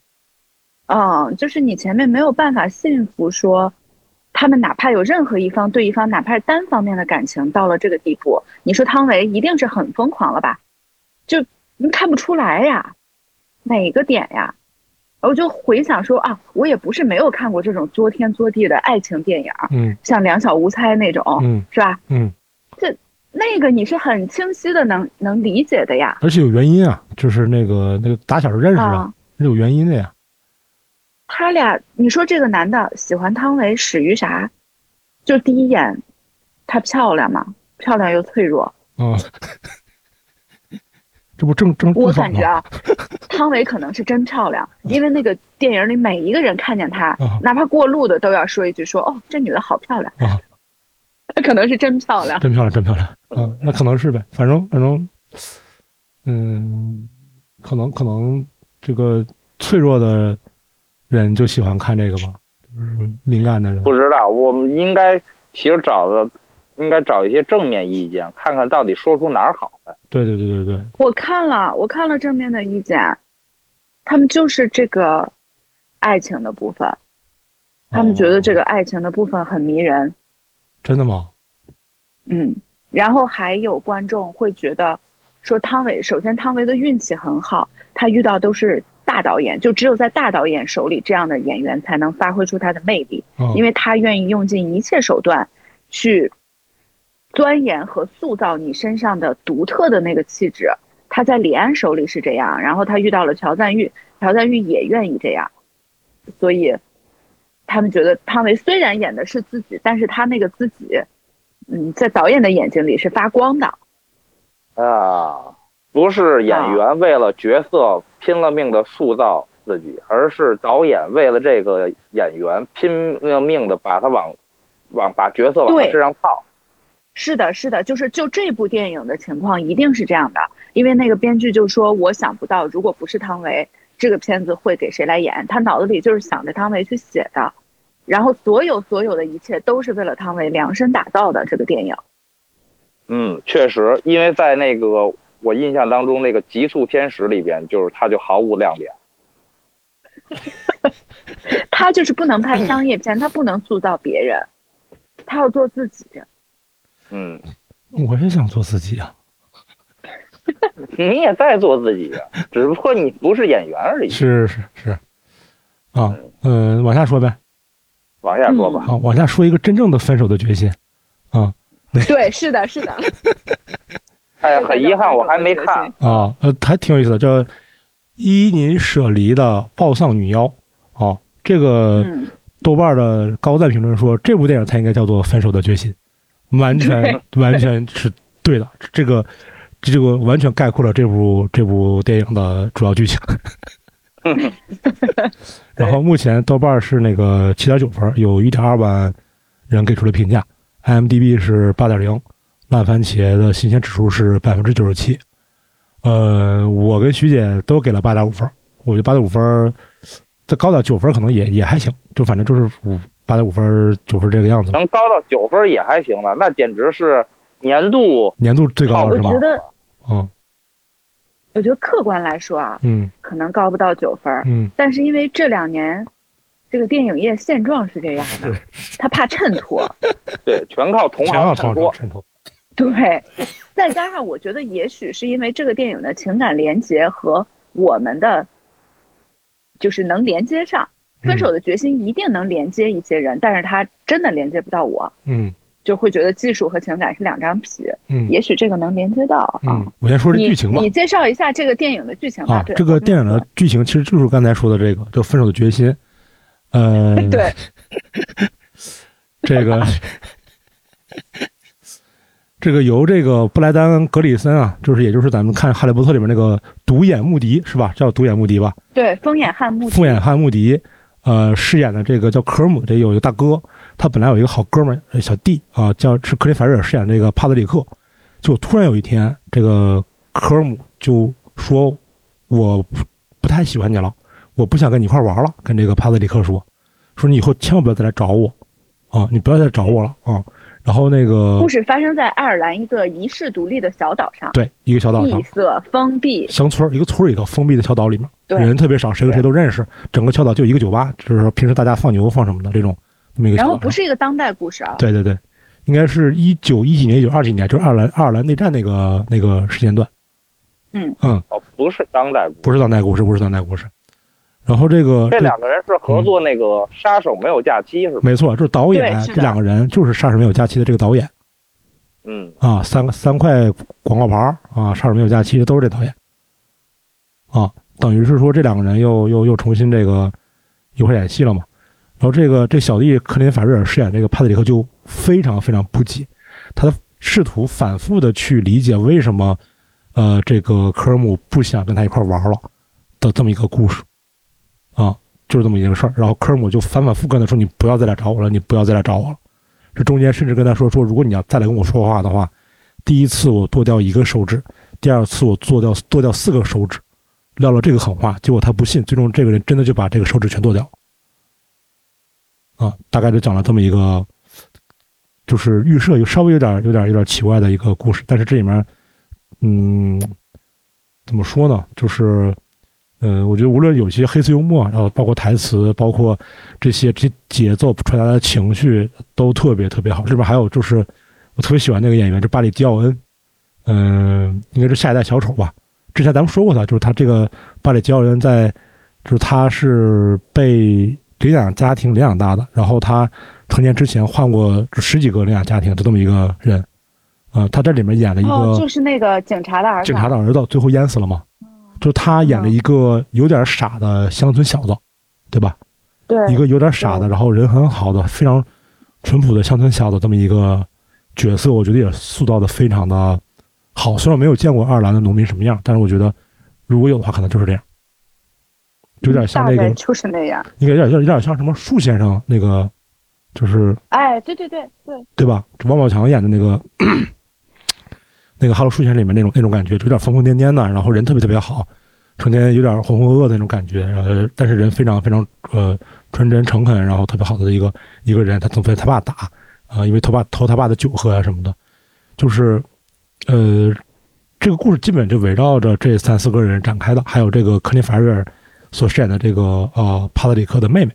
嗯，就是你前面没有办法信服说，他们哪怕有任何一方对一方，哪怕是单方面的感情到了这个地步，你说汤唯一定是很疯狂了吧？就你看不出来呀，哪个点呀？我就回想说啊，我也不是没有看过这种作天作地的爱情电影儿，
嗯
像《两小无猜》那种，
嗯
是吧？
嗯，
那个你是很清晰的能能理解的呀。
而且有原因啊，就是那个那个打小就认识
啊、
啊，是有原因的呀。
他俩，你说这个男的喜欢汤唯始于啥？就第一眼，她漂亮嘛，漂亮又脆弱。
啊， [laughs] 这不正正
我
正
感
爽
觉
吗？
啊，汤唯可能是真漂亮，因为那个电影里每一个人看见她
啊，
哪怕过路的都要说一句说哦，这女的好漂亮
啊。
她可能是真漂亮。
真漂亮，真漂亮啊！那可能是呗，反正反正，嗯，可能可能这个脆弱的人就喜欢看这个吧，就是敏感的人。
不知道，我们应该其实找的应该找一些正面意见，看看到底说出哪儿好来。
对对对对对，
我看了，我看了正面的意见，他们就是这个爱情的部分，他们觉得这
个、
个爱情的部分很迷人。
真的吗？
嗯，然后还有观众会觉得说汤唯，首先汤唯的运气很好，她遇到都是大导演，就只有在大导演手里，这样的演员才能发挥出她的魅力，
哦
因为她愿意用尽一切手段去钻研和塑造你身上的独特的那个气质。她在李安手里是这样，然后她遇到了乔赞玉，乔赞玉也愿意这样，所以他们觉得汤唯虽然演的是自己，但是她那个自己，嗯，在导演的眼睛里是发光的。
啊，不是演员为了角色拼了命的塑造自己，而是导演为了这个演员拼了命的把他往往把角色往他
对
身上套。
是的，是的，就是就这部电影的情况一定是这样的，因为那个编剧就说，我想不到如果不是汤唯，这个片子会给谁来演，他脑子里就是想着汤唯去写的，然后所有所有的一切都是为了汤唯量身打造的这个电影。
嗯，确实，因为在那个我印象当中，那个《极速天使》里边，就是他就毫无亮点。
他就是不能拍商业片，他不能塑造别人，他要做自己。
嗯， [laughs]
我也想做自己啊，
你也在做自己 [laughs] 啊，只不过你不是演员而已。
是是是，啊，呃，往下说呗，
往下说吧，
啊，往下说一个真正的分手的决心，啊
嗯对，是的，
[laughs]
是的。
哎呀，很遗憾，我还没看。。
啊，呃，还挺有意思的，叫伊宁舍离的《暴丧女妖》啊，这个
嗯，
豆瓣的高赞评论说，这部电影才应该叫做《分手的决心》，完全完全是对的，这个这个完全概括了这部这部电影的主要剧情。 [laughs] 然后目前豆瓣是那个七点九分，有一点二万人给出了评价，IMDB 是八点零，烂番茄的新鲜指数是百分之九十七。呃，我跟徐姐都给了八点五分，我觉得八点五分儿再高点九分儿可能也也还行，就反正就是五八点五分儿九分儿这个样子吧。
能高到九分也还行了，那简直是年度
年度最高
好
了
我
是吗
觉？得，
嗯
我觉得客观来说啊，
嗯
可能高不到九分儿，
嗯，
但是因为这两年这个电影业现状是这样的，他怕衬托，
对，全靠同
全
行
网
衬
超
托。
衬托。
对，再加上我觉得也许是因为这个电影的情感连接和我们的就是能连接上，《分
嗯
手的决心》一定能连接一些人，但是他真的连接不到我，
嗯
就会觉得技术和情感是两张皮，
嗯
也许这个能连接到啊。
嗯，我先说这
你
剧情吧
你。介绍一下这个电影的剧情吧。
啊，
对
这个电影的剧情其实就是刚才说的这个，就分手的决心。呃，
[laughs] 对，
这个这个由这个布莱丹·格里森啊，就是也就是咱们看《哈利波特》里面那个独眼穆迪是吧？叫独眼穆迪吧？
对，风眼汉墓
复眼汉穆迪，呃，饰演的这个叫科尔姆，这有一个大哥，他本来有一个好哥们儿呃小弟啊，叫是克林法瑞尔饰演这个帕特里克，就突然有一天，这个科尔姆就说我不不太喜欢你了，我不想跟你一块玩了，跟这个帕特里克说，说你以后千万不要再来找我，啊，你不要再找我了啊。然后那个
故事发生在爱尔兰一个遗世独立的小岛上，
对一个小岛上
闭，塞封闭，
乡村儿一个村儿里头封闭的小岛里面，
对
人特别少，谁和谁都认识。整个小岛就一个酒吧，就是说平时大家放牛放什么的这种，那么一个小
然
岛
后
上。
不是一个当代故事啊，
对对对，应该是一九一几年、一九二几年，就是爱尔兰爱尔兰内战那个那个时间段，
哦，不是当代
不是当代故事，不是当代故事。然后这个
这两个人是
嗯
合作那个《杀手没有假期》是吧？
没错，就是导演
对是的
这两个人就是《杀手没有假期》的这个导演
嗯， [laughs]
啊，三个三块广告牌儿啊，《杀手没有假期》都是这导演啊，等于是说这两个人又又又重新这个一块儿演戏了嘛。然后这个这小弟克林法瑞尔饰演这个帕特里克就非常非常不解，他试图反复的去理解为什么呃这个科尔姆不想跟他一块玩了的这么一个故事啊，就是这么一个事儿。然后科尔姆就反反复跟他说：“你不要再来找我了，你不要再来找我了。”这中间甚至跟他说：“说如果你要再来跟我说话的话，第一次我剁掉一个手指，第二次我剁掉剁掉四个手指。”撂了这个狠话，结果他不信，最终这个人真的就把这个手指全剁掉了。啊，大概就讲了这么一个，就是预设有稍微有点有点有点奇怪的一个故事，但是这里面，嗯，怎么说呢？就是，呃，我觉得无论有些黑色幽默，然后包括台词，包括这些这些节奏传达的情绪，都特别特别好。这边还有就是，我特别喜欢那个演员，就巴里迪奥恩，嗯，应该是下一代小丑吧。之前咱们说过他，就是他这个巴里吉奥人在，就是他是被领养家庭领养大的，然后他成年之前换过十几个领养家庭，就这么一个人。啊、他在里面演了一个、
哦，就是那个警察的儿子
警
啊，
察的儿子最后淹死了嘛，
嗯
就他演了一个有点傻的乡村小子，对吧？
对
一个有点傻的，然后人很好的、非常淳朴的乡村小子这么一个角色，我觉得也塑造的非常的好。虽然我没有见过爱尔兰的农民什么样，但是我觉得如果有的话，可能就是这样，有点像那
嗯大
个
概，就是那样。
应该有点有点有点像什么树先生那个，就是
哎，对对对对，
对吧？王宝强演的那个 [clears throat] 那个《哈喽树先生》里面那种那种感觉，就有点疯疯癫癫的，然后人特别特别好，成天有点浑浑噩噩的那种感觉，呃，但是人非常非常呃纯真诚恳，然后特别好的一个一个人，他总被他爸打啊、呃因为他爸偷他爸的酒喝啊什么的，就是呃，这个故事基本就围绕着这三四个人展开的，还有这个科林·法瑞尔所饰演的这个呃帕特里克的妹妹。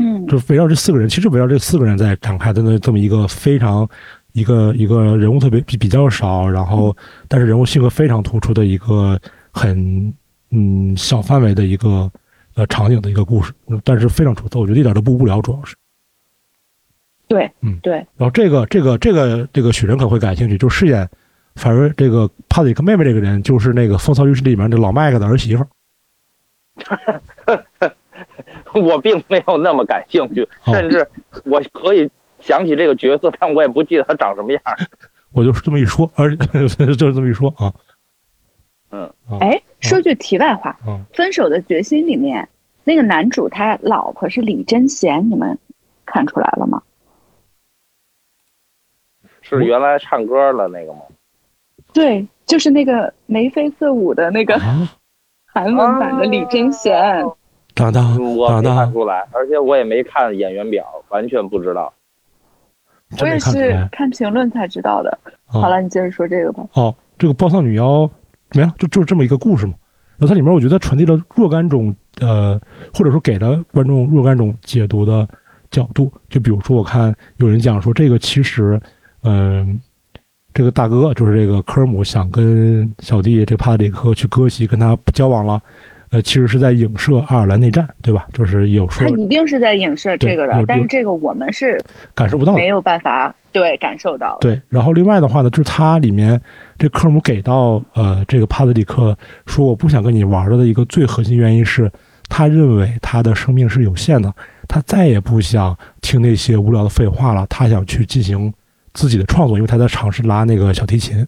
嗯，
就围绕这四个人，其实围绕这四个人在展开的那这么一个非常一个一个人物特别比比较少，然后但是人物性格非常突出的一个很嗯小范围的一个呃场景的一个故事，嗯但是非常出色，我觉得一点都不无聊，主要是。
对，
嗯
对，
然后这个这个这个这个许人可能会感兴趣，就饰演反正这个帕特里克妹妹这个人，就是那个《风骚律师》里面的老麦克的儿媳妇儿。
我并没有那么感兴趣，
哦
甚至我可以想起这个角色，但我也不记得他长什么样。
我就是这么一说，而就是这么一说啊，
哎，说句题外话，
嗯
分手的决心》里面那个男主他老婆是李贞贤，你们看出来了吗？
是原来唱歌的那个吗？
对，就是那个眉飞色舞的那个
啊，哦
韩文版的李贞贤。
当当
啊嗯我
当
没看
当，
出来，而且我也没看演员表，完全不知道。
我
真
也
没看出
是
来。
看评论才知道的。
啊
好了，你接着说这个吧。
哦，这个《暴丧女妖》没了，就就是这么一个故事嘛。然后它里面我觉得传递了若干种呃，或者说给了观众若干种解读的角度。就比如说，我看有人讲说，这个其实，嗯、这个大哥就是这个科尔姆想跟小弟这个帕特里克去割席，跟他不交往了。呃，其实是在影射爱尔兰内战，对吧？就是有说
他一定是在影射这
对
个的
有，
但是这个我们是
感受不到的
没，有办法对感受到的。
对，然后另外的话呢，就是它里面这科尔姆给到呃这个帕特里克说我不想跟你玩了的一个最核心原因是，他认为他的生命是有限的，他再也不想听那些无聊的废话了，他想去进行自己的创作，因为他在尝试拉那个小提琴，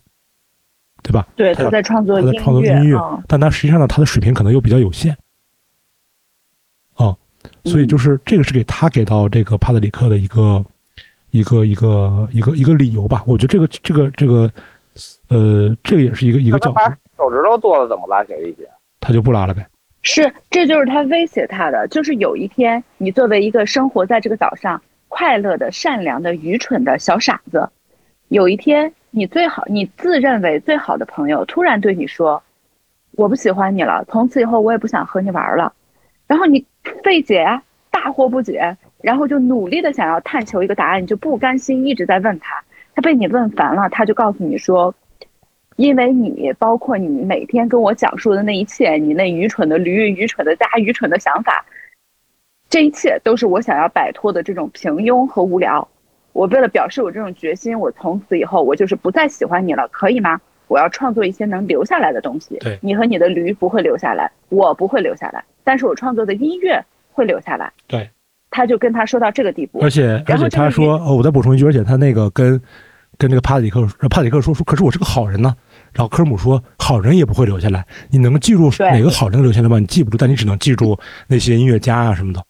对吧？
对，
他
他在创作
他在创作音
音
乐
嗯
但他实际上呢，他的水平可能又比较有限，啊，所以
嗯
就是这个是给他给到这个帕特里克的一个一个一个一个一个理由吧。我觉得这个这个这个，呃，这个也是一个一个
那他
角
把
度，
手指头剁了，怎么拉小提琴？
他就不拉了呗。
是，这就是他威胁他的，就是有一天你作为一个生活在这个岛上快乐的、善良的、愚蠢的小傻子，有一天你最好、你自认为最好的朋友突然对你说：“我不喜欢你了，从此以后我也不想和你玩了。”然后你费解啊，大惑不解，然后就努力的想要探求一个答案，你就不甘心，一直在问他。他被你问烦了，他就告诉你说：“因为你，包括你每天跟我讲述的那一切，你那愚蠢的驴、愚蠢的家、愚蠢的想法，这一切都是我想要摆脱的这种平庸和无聊。我为了表示我这种决心，我从此以后我就是不再喜欢你了，可以吗？我要创作一些能留下来的东西。
对
你和你的驴不会留下来，我不会留下来，但是我创作的音乐会留下来。
对，
他就跟他说到这个地步
而，且而
然
且
后这个
他
也
说，哦，我再补充一句，而且他那个跟跟这个帕特里克呃帕特里克说说，可是我是个好人呢、然后科尔姆说，好人也不会留下来，你能记住
对
哪个好人留下来吗？你记不住，但你只能记住那些音乐家啊什么的。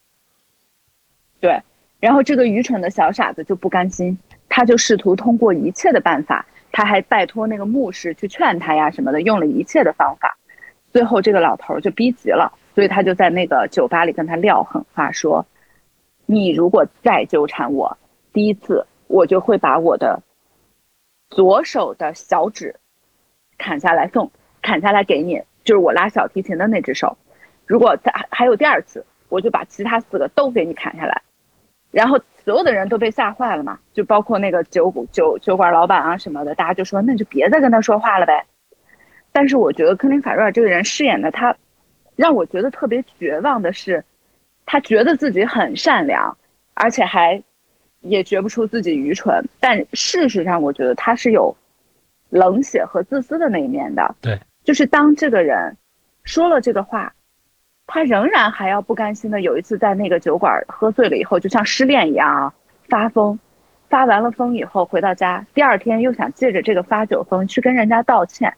然后这个愚蠢的小傻子就不甘心，他就试图通过一切的办法，他还拜托那个牧师去劝他呀什么的，用了一切的方法。最后这个老头儿就逼急了，所以他就在那个酒吧里跟他撂狠话说：“你如果再纠缠我，第一次我就会把我的左手的小指砍下来送，砍下来给你，就是我拉小提琴的那只手。如果再还有第二次，我就把其他四个都给你砍下来。”然后所有的人都被吓坏了嘛，就包括那个酒酒酒馆老板啊什么的，大家就说那就别再跟他说话了呗。但是我觉得科林·法瑞尔这个人饰演的他，让我觉得特别绝望的是，他觉得自己很善良，而且还也觉不出自己愚蠢。但事实上，我觉得他是有冷血和自私的那一面的。
对，
就是当这个人说了这个话，他仍然还要不甘心的。有一次在那个酒馆喝醉了以后，就像失恋一样啊，发疯，发完了疯以后回到家，第二天又想借着这个发酒疯去跟人家道歉。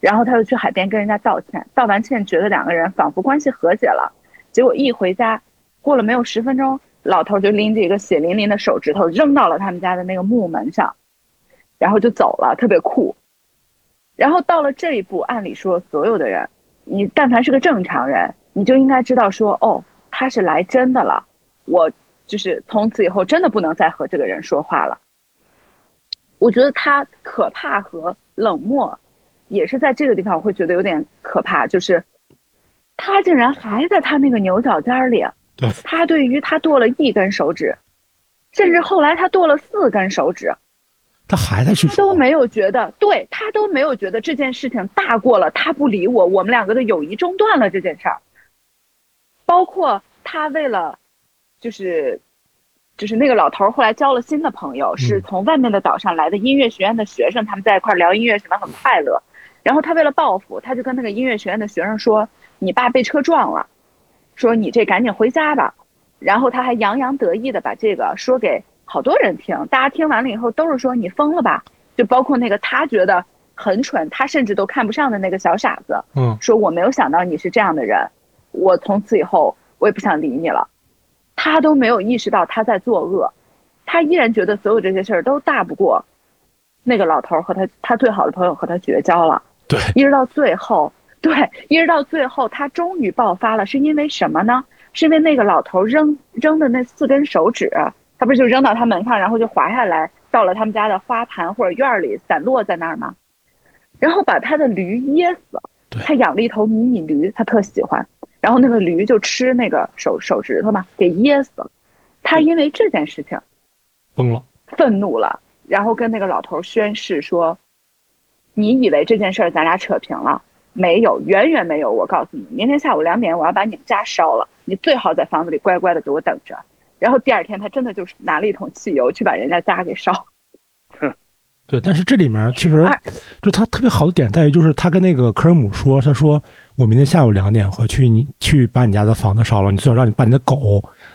然后他就去海边跟人家道歉，道完歉觉得两个人仿佛关系和解了，结果一回家，过了没有十分钟，老头就拎着一个血淋淋的手指头扔到了他们家的那个木门上，然后就走了，特别酷。然后到了这一步，按理说所有的人，你但凡是个正常人，你就应该知道说，哦，他是来真的了，我就是从此以后真的不能再和这个人说话了。我觉得他可怕和冷漠。也是在这个地方，我会觉得有点可怕，就是他竟然还在他那个牛角尖里。
对，
他对于他剁了一根手指，甚至后来他剁了四根手指，
他还在去
他都没有觉得，对他都没有觉得这件事情大过了，他不理我，我们两个的友谊中断了这件事儿。包括他为了，就是就是那个老头儿后来交了新的朋友，是从外面的岛上来的音乐学院的学生，他们在一块儿聊音乐，什么很快乐。然后他为了报复，他就跟那个音乐学院的学生说：“你爸被车撞了，说你这赶紧回家吧。”然后他还洋洋得意的把这个说给好多人听，大家听完了以后都是说：“你疯了吧？”就包括那个他觉得很蠢，他甚至都看不上的那个小傻子，
嗯，
说：“我没有想到你是这样的人，我从此以后我也不想理你了。”他都没有意识到他在作恶，他依然觉得所有这些事儿都大不过那个老头儿和他他最好的朋友和他绝交了。
对，
一直到最后，对，一直到最后，他终于爆发了，是因为什么呢？是因为那个老头扔扔的那四根手指，他不是就扔到他门上，然后就滑下来，到了他们家的花坛或者院儿里散落在那儿吗？然后把他的驴噎死了
对。
他养了一头迷你驴，他特喜欢，然后那个驴就吃那个手手指头嘛，给噎死了。他因为这件事情
崩了，
愤怒了，然后跟那个老头宣誓说：“你以为这件事儿咱俩扯平了？没有，远远没有。我告诉你，明天下午两点我要把你们家烧了，你最好在房子里乖乖的给我等着。”然后第二天，他真的就是拿了一桶汽油去把人家家给烧。
对。但是这里面其实
哎
就他特别好的点在于，就是他跟那个科尔姆说，他说我明天下午两点回去，你去把你家的房子烧了，你最好让你把你的狗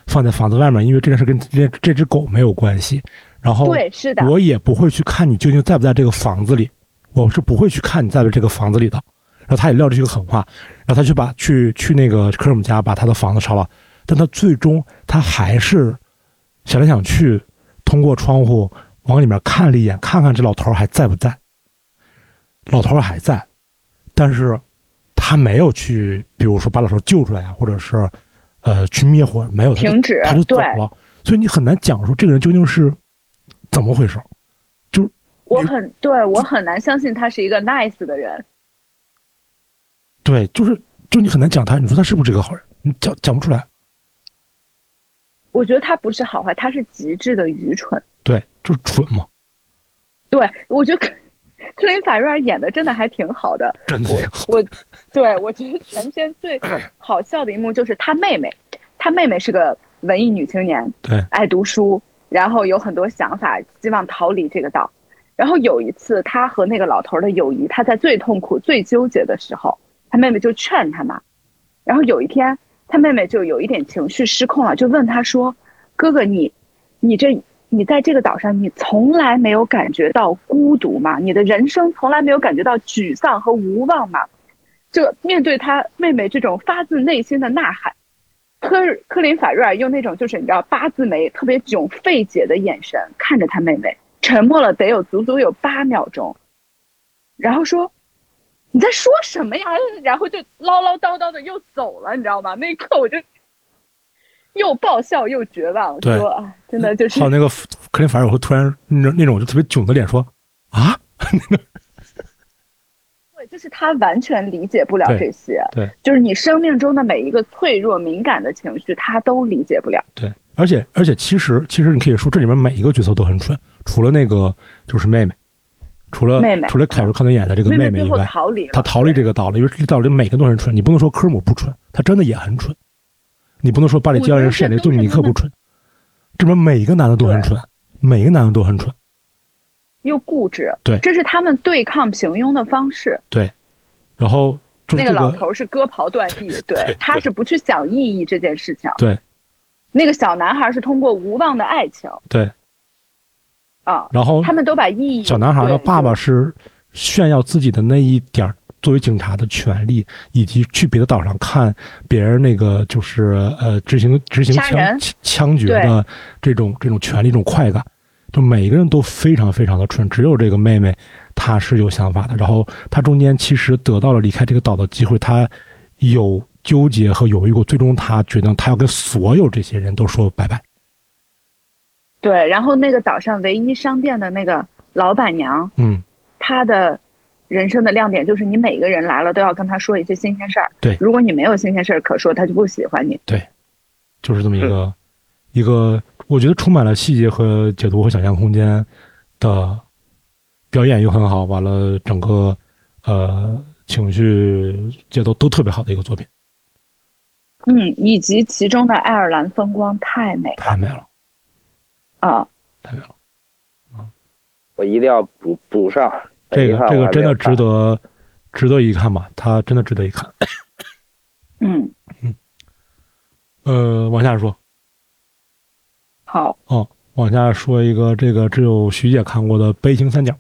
放在房子外面，因为这件事跟这这只狗没有关系。然后
对，是的，
哦我也不会去看你究竟在不在这个房子里，我是不会去看你在不在这个房子里的。然后他也撂这句狠话，然后他去把去去那个科尔姆家把他的房子烧了，但他最终他还是想来想去，通过窗户往里面看了一眼，看看这老头儿还在不在。老头儿还在，但是他没有去，比如说把老头儿救出来啊，或者是呃去灭火，没有，他就
停止
他就走
对
了。所以你很难讲说这个人究竟是怎么回事儿。
我很对我很难相信他是一个 nice 的人。
对，就是就你很难讲他，你说他是不是这个好人，你讲讲不出来。
我觉得他不是好坏，他是极致的愚蠢。
对，就是蠢嘛，
对我觉得克 [laughs] 克林法瑞尔演的真的还挺好的。
真的。
我对我觉得全片最好笑的一幕就是他妹妹，他妹妹是个文艺女青年，
对，
爱读书，然后有很多想法，希望逃离这个岛。然后有一次，他和那个老头儿的友谊，他在最痛苦、最纠结的时候，他妹妹就劝他嘛。然后有一天，他妹妹就有一点情绪失控了，就问他说：“哥哥，你，你这，你在这个岛上，你从来没有感觉到孤独吗？你的人生从来没有感觉到沮丧和无望吗？”就面对他妹妹这种发自内心的呐喊，科科林法瑞尔用那种就是你知道八字眉特别囧费解的眼神看着他妹妹，沉默了得有足足有八秒钟，然后说：“你在说什么呀？”然后就唠唠叨叨的又走了，你知道吗？那一刻我就又爆笑又绝望，
对
说啊，真的就是
还有那个克林法尔会突然那那种就特别囧的脸说啊，
对，就是他完全理解不了
对
这些，
对
就是你生命中的每一个脆弱、敏感的情绪，他都理解不了。
对，而且而且其实其实你可以说这里面每一个角色都很蠢，除了那个就是妹妹，除了
妹妹
除了凯瑞康顿演的这个
妹
妹
妹
妹
最
以
后
外，
逃离了，
他逃离这个岛了，因为这个岛里每个都很蠢，你不能说科姆不蠢，他真的也很蠢，你不能说巴里基奥人饰演的顿米尼克不蠢，这边每一个男的都很蠢，每一个男的都很蠢，
又固执，
对
这是他们对抗平庸的方式。
然后就是
那
这
个老
个
头是割袍断义，对
对，
他是不去想意义这件事情。
对，
那个小男孩是通过无望的爱情
对，
啊，
然后
他们都把意义
哦小男孩的
对
爸爸是炫耀自己的那一点儿作为警察的权利，以及去别的岛上看别人那个就是呃执行执行
杀人
枪枪决的这种这种权利、这种快感。就每个人都非常非常的蠢，只有这个妹妹她是有想法的。然后她中间其实得到了离开这个岛的机会，她有纠结和犹豫过，最终她决定她要跟所有这些人都说拜拜。
对，然后那个岛上唯一商店的那个老板娘，
嗯，
她的人生的亮点就是你每个人来了都要跟她说一些新鲜事儿。
对
如果你没有新鲜事儿可说，她就不喜欢你。
就是这么一
嗯
个一个，我觉得充满了细节和解读和想象空间的表演又很好，完了整个呃情绪节奏都特别好的一个作品，
嗯，以及其中的爱尔兰风光太美
太美了，
啊！
太美了。
我一定要补补上。
这
遗憾
个这
我
个
还
真
没
的
有看
哦
值得值得一看吧，它真的值得一看。
嗯，
呃，往下说，
好，
哦，往下说一个这个只有徐姐看过的《悲情三角》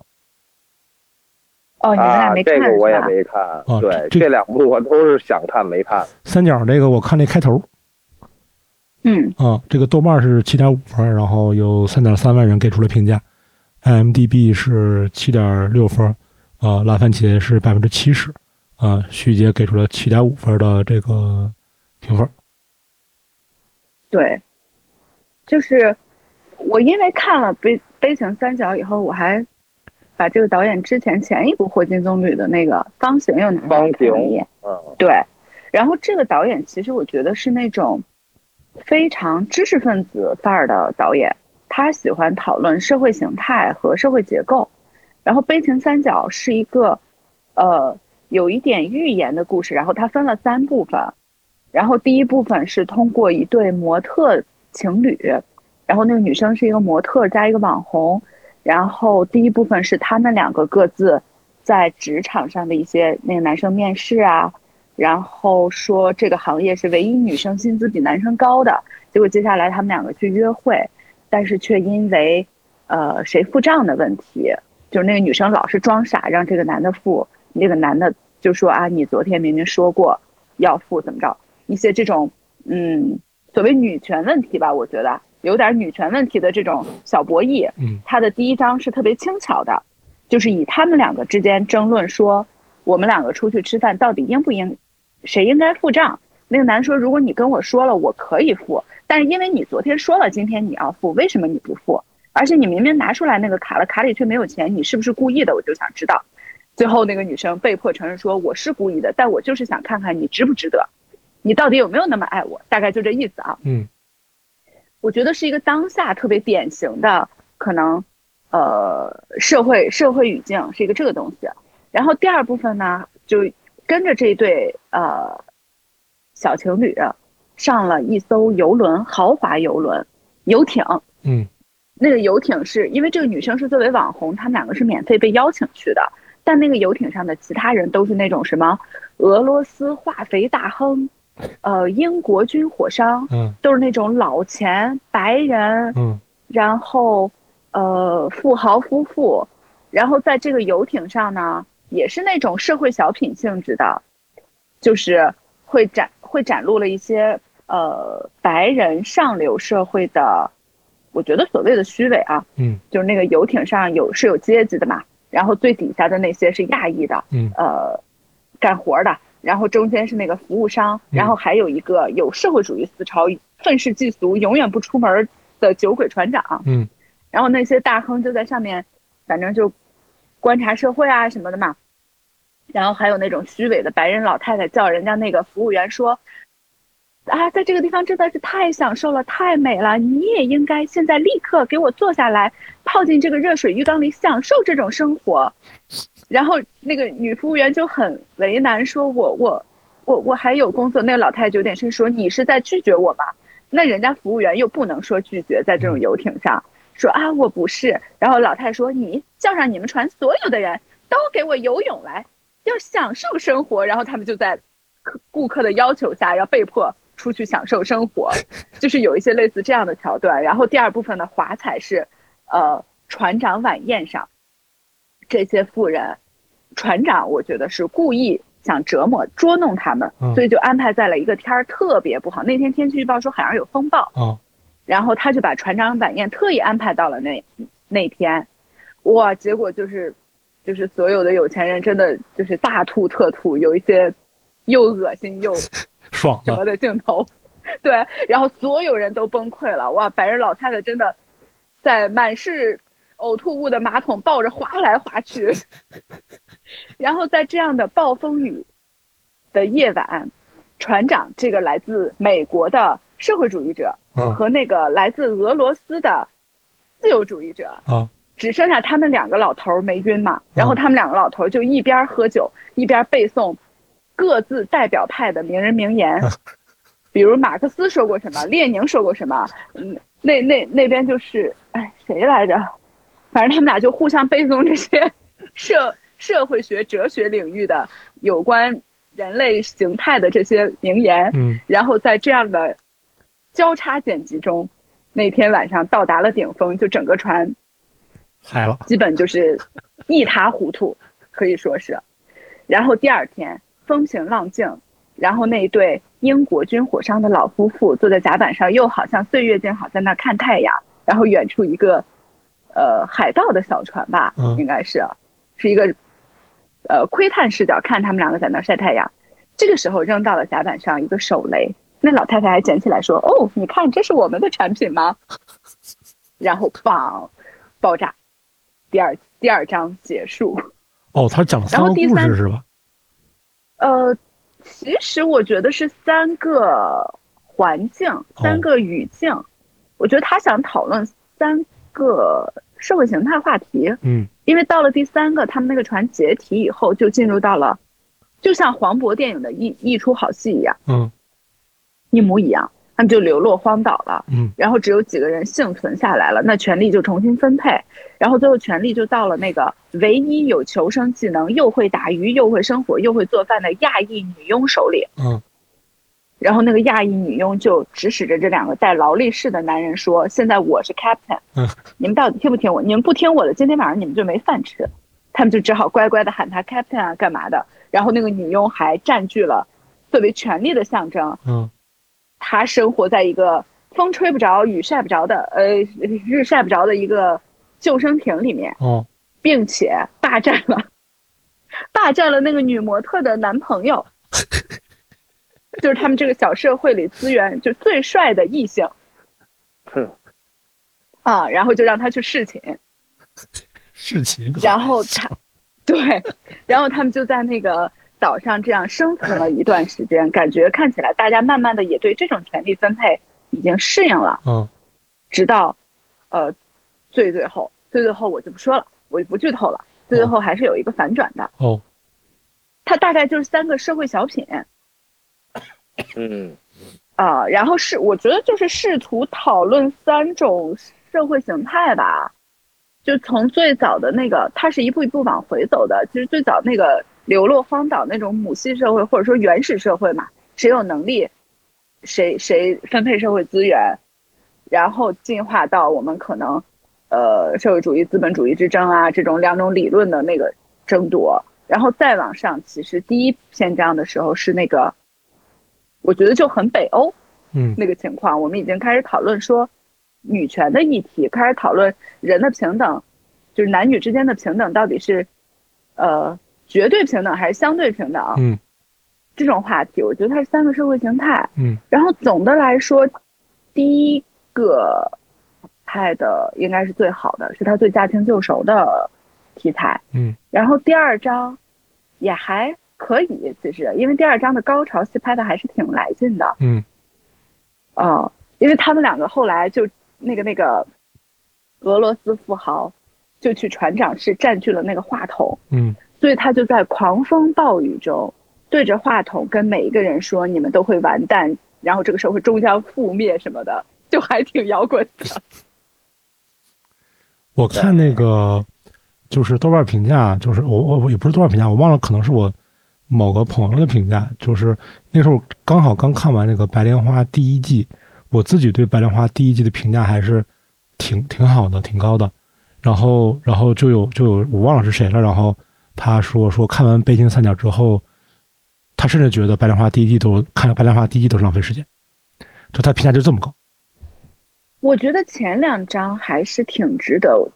哦，你们俩
啊
没，看
这
是吧？
个我也没看
啊。
对，
这
这两部我都是想看没看。， [laughs]
三角这个我看那开头，
嗯，
啊，这个豆瓣是七点五分，然后有三点三万人给出了评价，IMDB 是七点六分，呃，烂番茄是百分之七十，啊，徐杰给出了七点五分的这个评分。
对，就是我因为看了《悲悲情三角》以后，我还把这个导演之前前一部《霍金棕榈》的那个《方形》又拿出来
方
看了
形
一眼。
嗯，
对，然后这个导演其实我觉得是那种非常知识分子范儿的导演，他喜欢讨论社会形态和社会结构。然后《悲情三角》是一个，呃，有一点寓言的故事，然后它分了三部分，然后第一部分是通过一对模特情侣，然后那个女生是一个模特加一个网红，然后第一部分是他们两个各自在职场上的一些那个男生面试啊，然后说这个行业是唯一女生薪资比男生高的，结果接下来他们两个去约会，但是却因为呃谁付账的问题，就是那个女生老是装傻让这个男的付，那个男的就说啊你昨天明明说过要付怎么着，一些这种嗯所谓女权问题吧，我觉得有点女权问题的这种小博弈，
嗯，
他的第一章是特别轻巧的，就是以他们两个之间争论说，我们两个出去吃饭到底应不应，谁应该付账？那个男说，如果你跟我说了，我可以付，但是因为你昨天说了今天你要付，为什么你不付？而且你明明拿出来那个卡了，卡里却没有钱，你是不是故意的？我就想知道。最后那个女生被迫承认说，我是故意的，但我就是想看看你值不值得，你到底有没有那么爱我？大概就这意思啊。
嗯，
我觉得是一个当下特别典型的可能，呃，社会社会语境是一个这个东西。啊然后第二部分呢，就跟着这一对呃小情侣上了一艘游轮，豪华游轮游艇。
嗯，
那个游艇是因为这个女生是作为网红，他们两个是免费被邀请去的，但那个游艇上的其他人都是那种什么俄罗斯化肥大亨，呃，英国军火商，
嗯，
都是那种老钱白人，
嗯，
然后呃富豪夫妇，然后在这个游艇上呢，也是那种社会小品性质的，就是会展会展露了一些呃白人上流社会的，我觉得所谓的虚伪啊，
嗯，
就是那个游艇上有是有阶级的嘛，然后最底下的那些是亚裔的，
嗯
呃，干活的，然后中间是那个服务商，
嗯
然后还有一个有社会主义思潮、愤世嫉俗、永远不出门的酒鬼船长，
嗯，
然后那些大亨就在上面，反正就观察社会啊什么的嘛，然后还有那种虚伪的白人老太太叫人家那个服务员说。啊，在这个地方真的是太享受了，太美了！你也应该现在立刻给我坐下来，泡进这个热水浴缸里，享受这种生活。然后那个女服务员就很为难，说我我我我还有工作。那个老太太有点生气说你是在拒绝我吧？那人家服务员又不能说拒绝，在这种游艇上说啊我不是。然后老太太说你叫上你们船所有的人都给我游泳来，要享受生活。然后他们就在客顾客的要求下，要被迫。出去享受生活，就是有一些类似这样的桥段。然后第二部分的华彩是，呃，船长晚宴上，这些富人，船长我觉得是故意想折磨、捉弄他们，
嗯
所以就安排在了一个天儿特别不好。那天天气预报说好像有风暴，
啊，
然后他就把船长晚宴特意安排到了那那天，哇，结果就是，就是所有的有钱人真的就是大吐特吐，有一些又恶心又。
爽了
折的镜头， [laughs] 对，然后所有人都崩溃了，哇，白人老太太真的在满是呕吐物的马桶抱着滑来滑去，然后在这样的暴风雨的夜晚，船长这个来自美国的社会主义者
啊
和那个来自俄罗斯的自由主义者
啊！
只剩下他们两个老头儿没晕嘛，然后
嗯
他们两个老头儿就一边喝酒一边背诵各自代表派的名人名言，比如马克思说过什么，列宁说过什么，嗯，那那那边就是哎谁来着，反正他们俩就互相背诵这些社社会学、哲学领域的有关人类形态的这些名言，
嗯
然后在这样的交叉剪辑中，那天晚上到达了顶峰，就整个船
嗨了，
基本就是一塌糊涂，可以说是。然后第二天风平浪静，然后那一对英国军火商的老夫妇坐在甲板上，又好像岁月静好，在那儿看太阳。然后远处一个，呃，海盗的小船吧，
嗯
应该是，是一个，呃，窥探视角看他们两个在那儿晒太阳。这个时候扔到了甲板上一个手雷，那老太太还捡起来说：“哦，你看这是我们的产品吗？”然后砰，爆炸。第二第二章结束。
哦，他讲了三
然
个
后第
故
三
事是吧？
呃，其实我觉得是三个环境，三个语境。我觉得他想讨论三个社会形态话题，
嗯
因为到了第三个，他们那个船解体以后，就进入到了，就像黄渤电影的一一出好戏一样，
嗯
一模一样，他们就流落荒岛了。
嗯
然后只有几个人幸存下来了，那权力就重新分配，然后最后权力就到了那个唯一有求生技能、又会打鱼、又会生火、又会做饭的亚裔女佣手里。
嗯
然后那个亚裔女佣就指使着这两个戴劳力士的男人说：“现在我是 captain，
嗯
[laughs] 你们到底听不听我？你们不听我的，今天晚上你们就没饭吃。”他们就只好乖乖的喊他 captain 啊，干嘛的？然后那个女佣还占据了作为权力的象征，
嗯
他生活在一个风吹不着、雨晒不着的，呃，日晒不着的一个救生艇里面，
哦
并且霸占了，霸占了那个女模特的男朋友，就是他们这个小社会里资源就最帅的异性
哼。
啊，然后就让他去侍寝，
是几个？
然后他，对，然后他们就在那个岛上这样生存了一段时间，感觉看起来大家慢慢的也对这种权力分配已经适应了。
嗯
直到，呃，最最后，最最后我就不说了，我就不剧透了。最最后还是有一个反转的，
哦
它大概就是三个社会小品
嗯，
啊、呃然后是我觉得就是试图讨论三种社会形态吧，就从最早的那个，它是一步一步往回走的，其实最早那个流落荒岛那种母系社会或者说原始社会嘛，谁有能力，谁谁分配社会资源，然后进化到我们可能，呃，社会主义、资本主义之争啊，这种两种理论的那个争夺，然后再往上，其实第一篇章的时候是那个，我觉得就很北欧
嗯
那个情况，我们已经开始讨论说女权的议题，开始讨论人的平等，就是男女之间的平等到底是，呃，绝对平等还是相对平等？
嗯
这种话题，我觉得它是三个社会形态。
嗯
然后总的来说，第一个拍的应该是最好的，是他最驾轻就熟的题材。
嗯
然后第二章也还可以，其实因为第二章的高潮戏拍的还是挺来劲的。
嗯
嗯，因为他们两个后来就那个那个俄罗斯富豪就去船长室占据了那个话筒，
嗯
所以他就在狂风暴雨中对着话筒跟每一个人说：“你们都会完蛋，然后这个社会终将覆灭什么的。”就还挺摇滚的，
我看那个就是豆瓣评价，就是我我我也不是豆瓣评价，我忘了，可能是我某个朋友的评价，就是那时候刚好刚看完那个《白莲花》第一季，我自己对《白莲花》第一季的评价还是挺挺好的，挺高的。然后然后就有就有我忘了是谁了，然后他说说看完《北京三角》之后，他甚至觉得《白莲花》第一季都看《白莲花》第一季都是浪费时间，就他评价就这么高。
我觉得前两张还是挺值得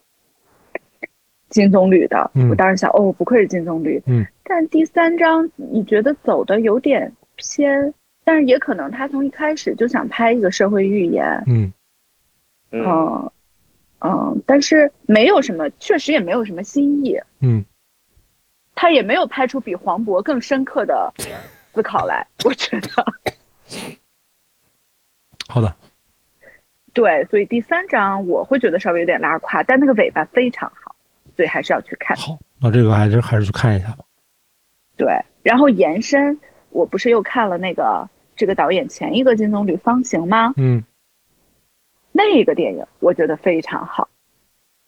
金棕榈的。
嗯
我当时想，哦，不愧是金棕榈。
嗯。
但第三张你觉得走的有点偏，但是也可能他从一开始就想拍一个社会预言。
嗯
嗯，
嗯嗯，但是没有什么，确实也没有什么新意。
嗯，
他也没有拍出比黄渤更深刻的思考来，我觉得。
好的，
对，所以第三章我会觉得稍微有点拉胯，但那个尾巴非常好，所以还是要去看。
好，那这个还是还是去看一下吧。
对，然后延伸，我不是又看了那个这个导演前一个金棕榈《方形》吗？
嗯。
那个电影我觉得非常好，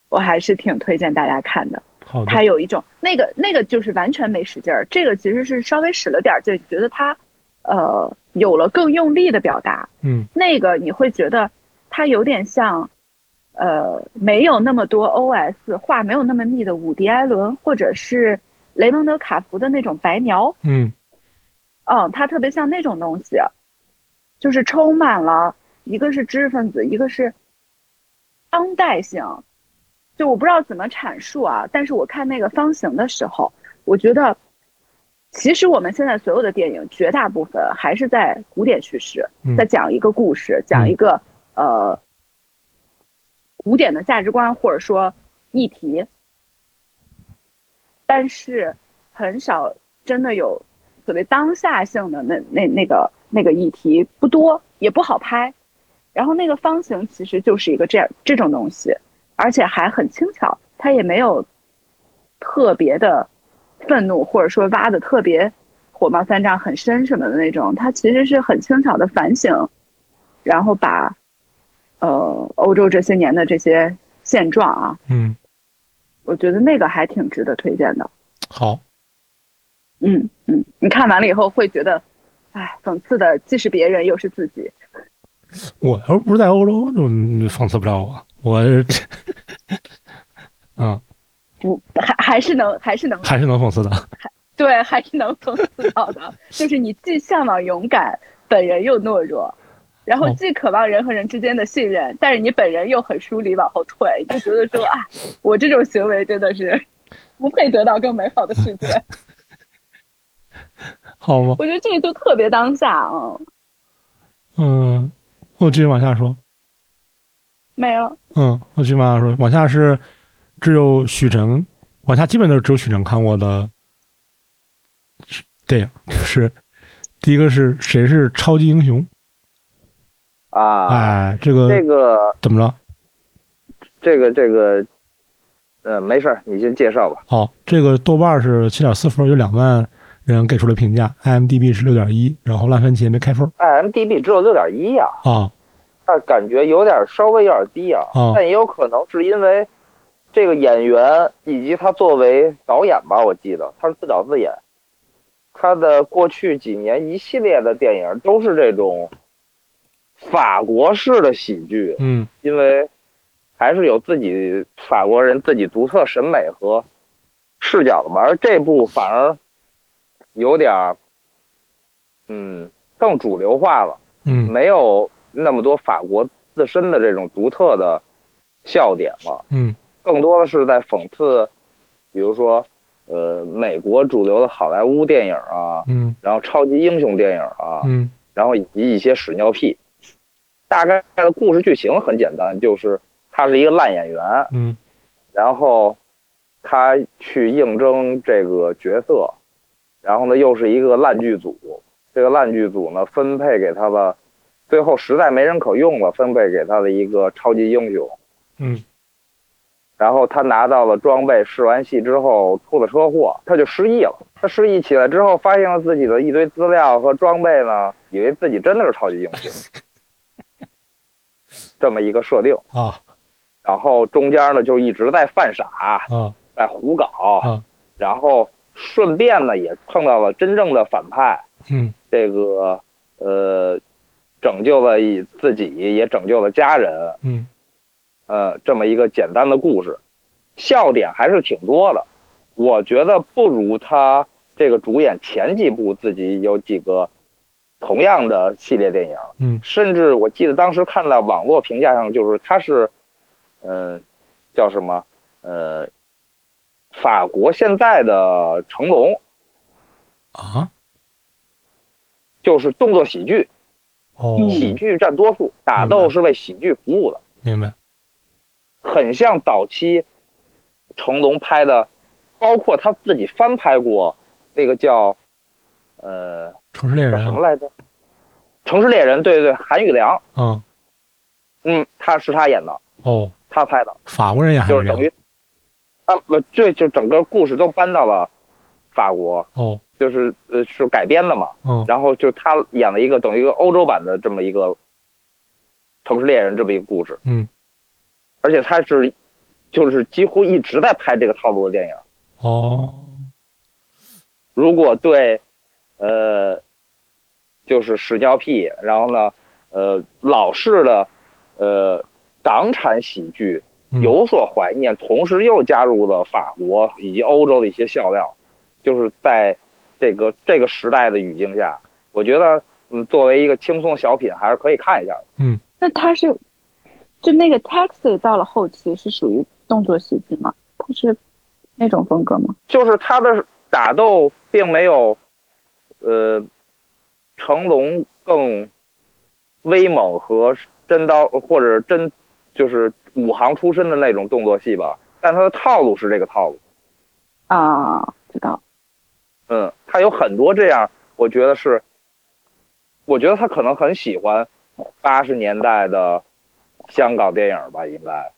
我还是挺推荐大家看的。
好的，
它有一种那个那个就是完全没使劲儿，这个其实是稍微使了点劲，觉得他呃有了更用力的表达。
嗯
那个你会觉得它有点像，呃，没有那么多 OS 画没有那么密的伍迪·艾伦或者是雷蒙德·卡福的那种白描，
嗯
嗯，它特别像那种东西，就是充满了一个是知识分子，一个是当代性。就我不知道怎么阐述啊，但是我看那个方形的时候，我觉得，其实我们现在所有的电影绝大部分还是在古典叙事，
嗯
在讲一个故事，讲一个呃古典的价值观或者说议题，但是很少真的有所谓当下性的那那那个那个议题不多，也不好拍。然后那个方形其实就是一个这样这种东西，而且还很轻巧，它也没有特别的愤怒，或者说挖的特别火冒三丈、很深什么的那种。它其实是很轻巧的反省，然后把呃欧洲这些年的这些现状啊，
嗯，
我觉得那个还挺值得推荐的。
好，
嗯嗯，你看完了以后会觉得，哎，讽刺的既是别人又是自己。
我要是不是在欧洲，就嗯讽刺不了我，我这，嗯，
不，还还是能，还是能，
还是能讽刺的。
对，还是能讽刺到的。就是你既向往勇敢，本人又懦弱，然后
哦
既渴望人和人之间的信任，但是你本人又很疏离，往后退，你就觉得说，啊，我这种行为真的是不配得到更美好的世界。
好吗？
我觉得这个就特别当下啊、
嗯，我继续往下说。
没有，
嗯，我继续往下说。往下是只有许晨，往下基本都是只有许晨看过的电影，就是第一个是谁是超级英雄？
啊，
哎，这个
这个
怎么了？
这个这个，呃，没事儿，你先介绍吧。
好，这个豆瓣是七点四分，有两万人给出了评价，IMDB 是六点一，然后烂番茄没开分
IMDB 只有六点一呀，
啊。
但感觉有点稍微有点低啊
哦，
但也有可能是因为这个演员以及他作为导演吧，我记得他是自导自演，他的过去几年一系列的电影都是这种法国式的喜剧，
嗯
因为还是有自己法国人自己独特审美和视角的嘛，而这部反而有点儿，嗯，更主流化了。
嗯
没有那么多法国自身的这种独特的笑点了，
嗯
更多的是在讽刺，比如说，呃，美国主流的好莱坞电影啊，
嗯
然后超级英雄电影啊，
嗯
然后以及一些屎尿屁。大概的故事剧情很简单，就是他是一个烂演员，
嗯
然后他去应征这个角色，然后呢又是一个烂剧组，这个烂剧组呢分配给他了最后实在没人可用了，分配给他的一个超级英雄。
嗯，
然后他拿到了装备，试完戏之后出了车祸，他就失忆了。他失忆起来之后，发现了自己的一堆资料和装备呢，以为自己真的是超级英雄，这么一个设定。
啊
然后中间呢就一直在犯傻，
啊
在胡搞
啊，
然后顺便呢也碰到了真正的反派，
嗯
这个呃拯救了以自己，也拯救了家人，
嗯
呃，这么一个简单的故事，笑点还是挺多的。我觉得不如他这个主演前几部自己有几个同样的系列电影，
嗯
甚至我记得当时看到网络评价上，就是他是，嗯、叫什么，呃，法国现在的成龙，
啊
就是动作喜剧，
哦，
喜剧占多数，打斗是为喜剧服务的，
明白
很像早期成龙拍的，包括他自己翻拍过那个叫，呃，
城市猎
叫
人
什么来着，《城市猎人》，对对对，韩宇良，
啊
嗯，他是他演的，
哦，
他拍的。
法国人也还
就是
这
等
样
于，啊不，这就整个故事都搬到了法国，
哦
就是呃是改编的嘛，
嗯
然后就他演了一个等于一个欧洲版的这么一个城市猎人这么一个故事，
嗯
而且他是就是几乎一直在拍这个套路的电影。
哦
如果对，呃，就是屎尿屁，然后呢，呃，老式的，呃，港产喜剧，
嗯
有所怀念，同时又加入了法国以及欧洲的一些笑料，就是在这个这个时代的语境下，我觉得嗯，作为一个轻松小品，还是可以看一下的。
那他是，就那个 taxi 到了后期是属于动作喜剧吗？它是那种风格吗？
就是他的打斗并没有，呃，成龙更威猛和真刀或者真就是武行出身的那种动作戏吧，但他的套路是这个套路。
啊，知道。
嗯，他有很多这样，我觉得是，我觉得他可能很喜欢八十年代的香港电影吧，应该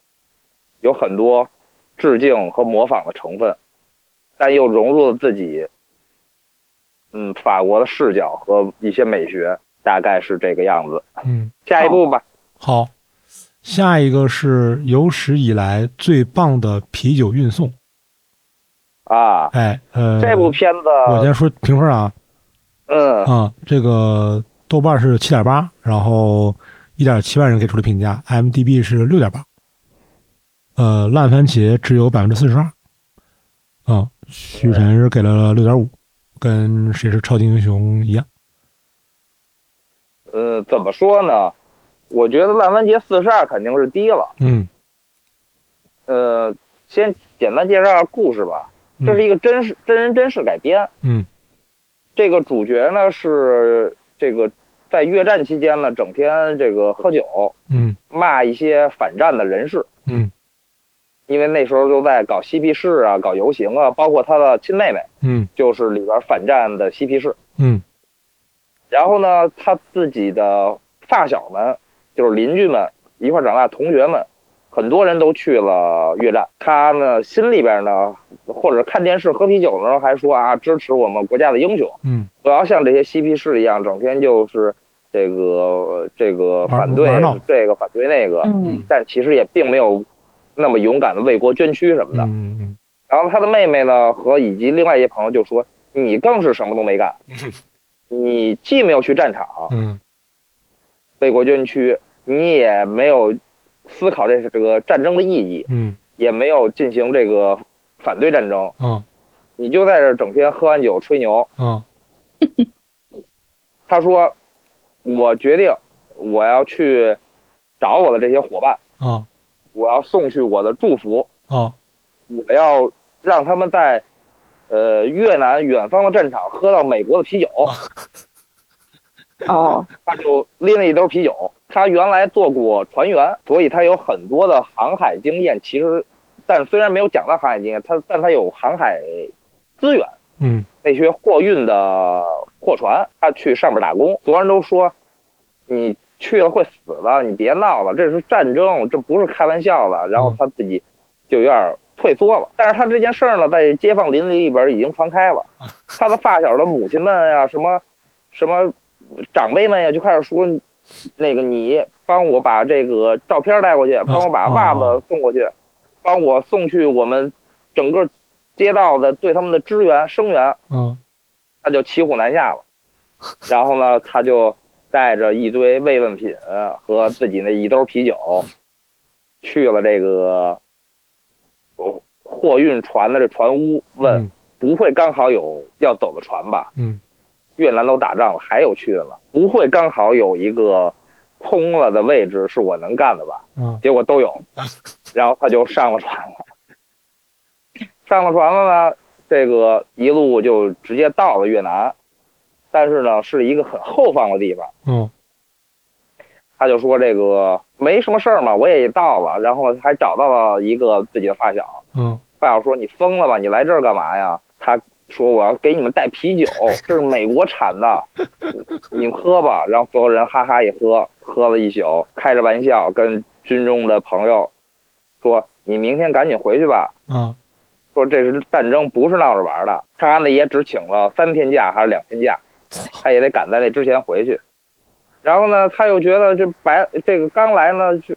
有很多致敬和模仿的成分，但又融入了自己，嗯，法国的视角和一些美学，大概是这个样子。
嗯
下一步吧，
好，下一个是有史以来最棒的啤酒运送，
啊，
哎呃，
这部片
我
子，
先说评分啊，
嗯
啊，这个豆瓣是七点八，然后一点七万人给出了评价，IMDB 是六点八，呃，烂番茄只有百分之四十二，啊，许晨是给了六点五，跟谁是超级英雄一样，
呃，怎么说呢？我觉得《烂番茄四十二》肯定是低了。
嗯
呃，先简单介绍一下故事
嗯
吧。这是一个真实真人真事改编。
嗯
这个主角呢是这个在越战期间呢，整天这个喝酒，
嗯
骂一些反战的人士，
嗯
因为那时候都在搞嬉皮士啊，搞游行啊，包括他的亲妹妹
嗯
就是里边反战的嬉皮士。
嗯
然后呢，他自己的发小们，就是邻居们，一块长大同学们，很多人都去了越战。他呢，心里边呢，或者看电视喝啤酒的时候还说啊，支持我们国家的英雄，
嗯，
不要像这些嬉皮士一样，整天就是这个这个
玩
反对
嗯玩闹
这个反对那个，
嗯
但其实也并没有那么勇敢的为国捐躯什么的。
嗯嗯
然后他的妹妹呢和以及另外一些朋友就说：“你更是什么都没
[laughs]
干，你既没有去战场。”
嗯
为国捐躯，你也没有思考这这个战争的意义，
嗯
也没有进行这个反对战争，
啊
你就在这儿整天喝完酒吹牛。
啊
他说：“我决定，我要去找我的这些伙伴，
啊
我要送去我的祝福，
啊
我要让他们在呃越南远方的战场喝到美国的啤酒。”
哦，
他就拎了一兜啤酒。他原来做过船员，所以他有很多的航海经验。其实，但虽然没有讲到航海经验，他但他有航海资源，
嗯
那些货运的货船，他去上面打工。所有人都说，你去了会死的，你别闹了，这是战争，这不是开玩笑的。然后他自己就有点退缩了，但是他这件事儿呢，在街坊邻里里边已经传开了，他的发小的母亲们呀，什么什么长辈们呀，就开始说，那个你帮我把这个照片带过去，帮我把袜子送过去，帮我送去我们整个街道的对他们的支援声援。
嗯
他就骑虎难下了。然后呢，他就带着一堆慰问品和自己那一兜啤酒，去了这个哦货运船的这船坞，问
嗯
不会刚好有要走的船吧？
嗯
越南都打仗了，还有去的吗？不会刚好有一个空了的位置是我能干的吧？
嗯
结果都有，然后他就上了船了。上了船了呢，这个一路就直接到了越南，但是呢是一个很后方的地方。
嗯
他就说这个没什么事儿嘛，我也到了，然后还找到了一个自己的发小。
嗯
发小说你疯了吧，你来这儿干嘛呀？他说我要给你们带啤酒，这是美国产的，你们喝吧。然后所有人哈哈一喝，喝了一宿，开着玩笑跟军中的朋友说你明天赶紧回去吧，
嗯
说这是战争，不是闹着玩儿的。他安的也只请了三天假还是两天假，他也得赶在那之前回去。然后呢，他又觉得这白这个刚来呢，就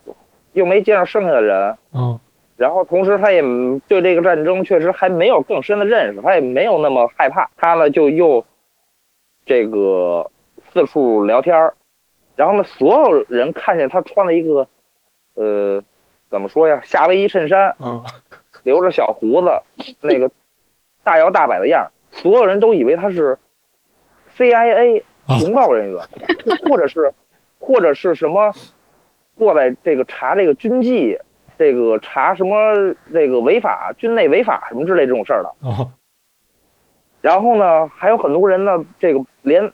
又没见着剩下的人，
嗯
然后同时他也嗯对这个战争确实还没有更深的认识，他也没有那么害怕。他呢就又这个四处聊天儿，然后呢所有人看见他穿了一个呃怎么说呀夏威夷衬衫，
嗯
留着小胡子，那个大摇大摆的样儿，所有人都以为他是 CIA
啊
情报人员，或者是或者是什么过来这个查这个军纪，这个查什么这个违法军内违法什么之类这种事儿的。
哦
然后呢，还有很多人呢，这个连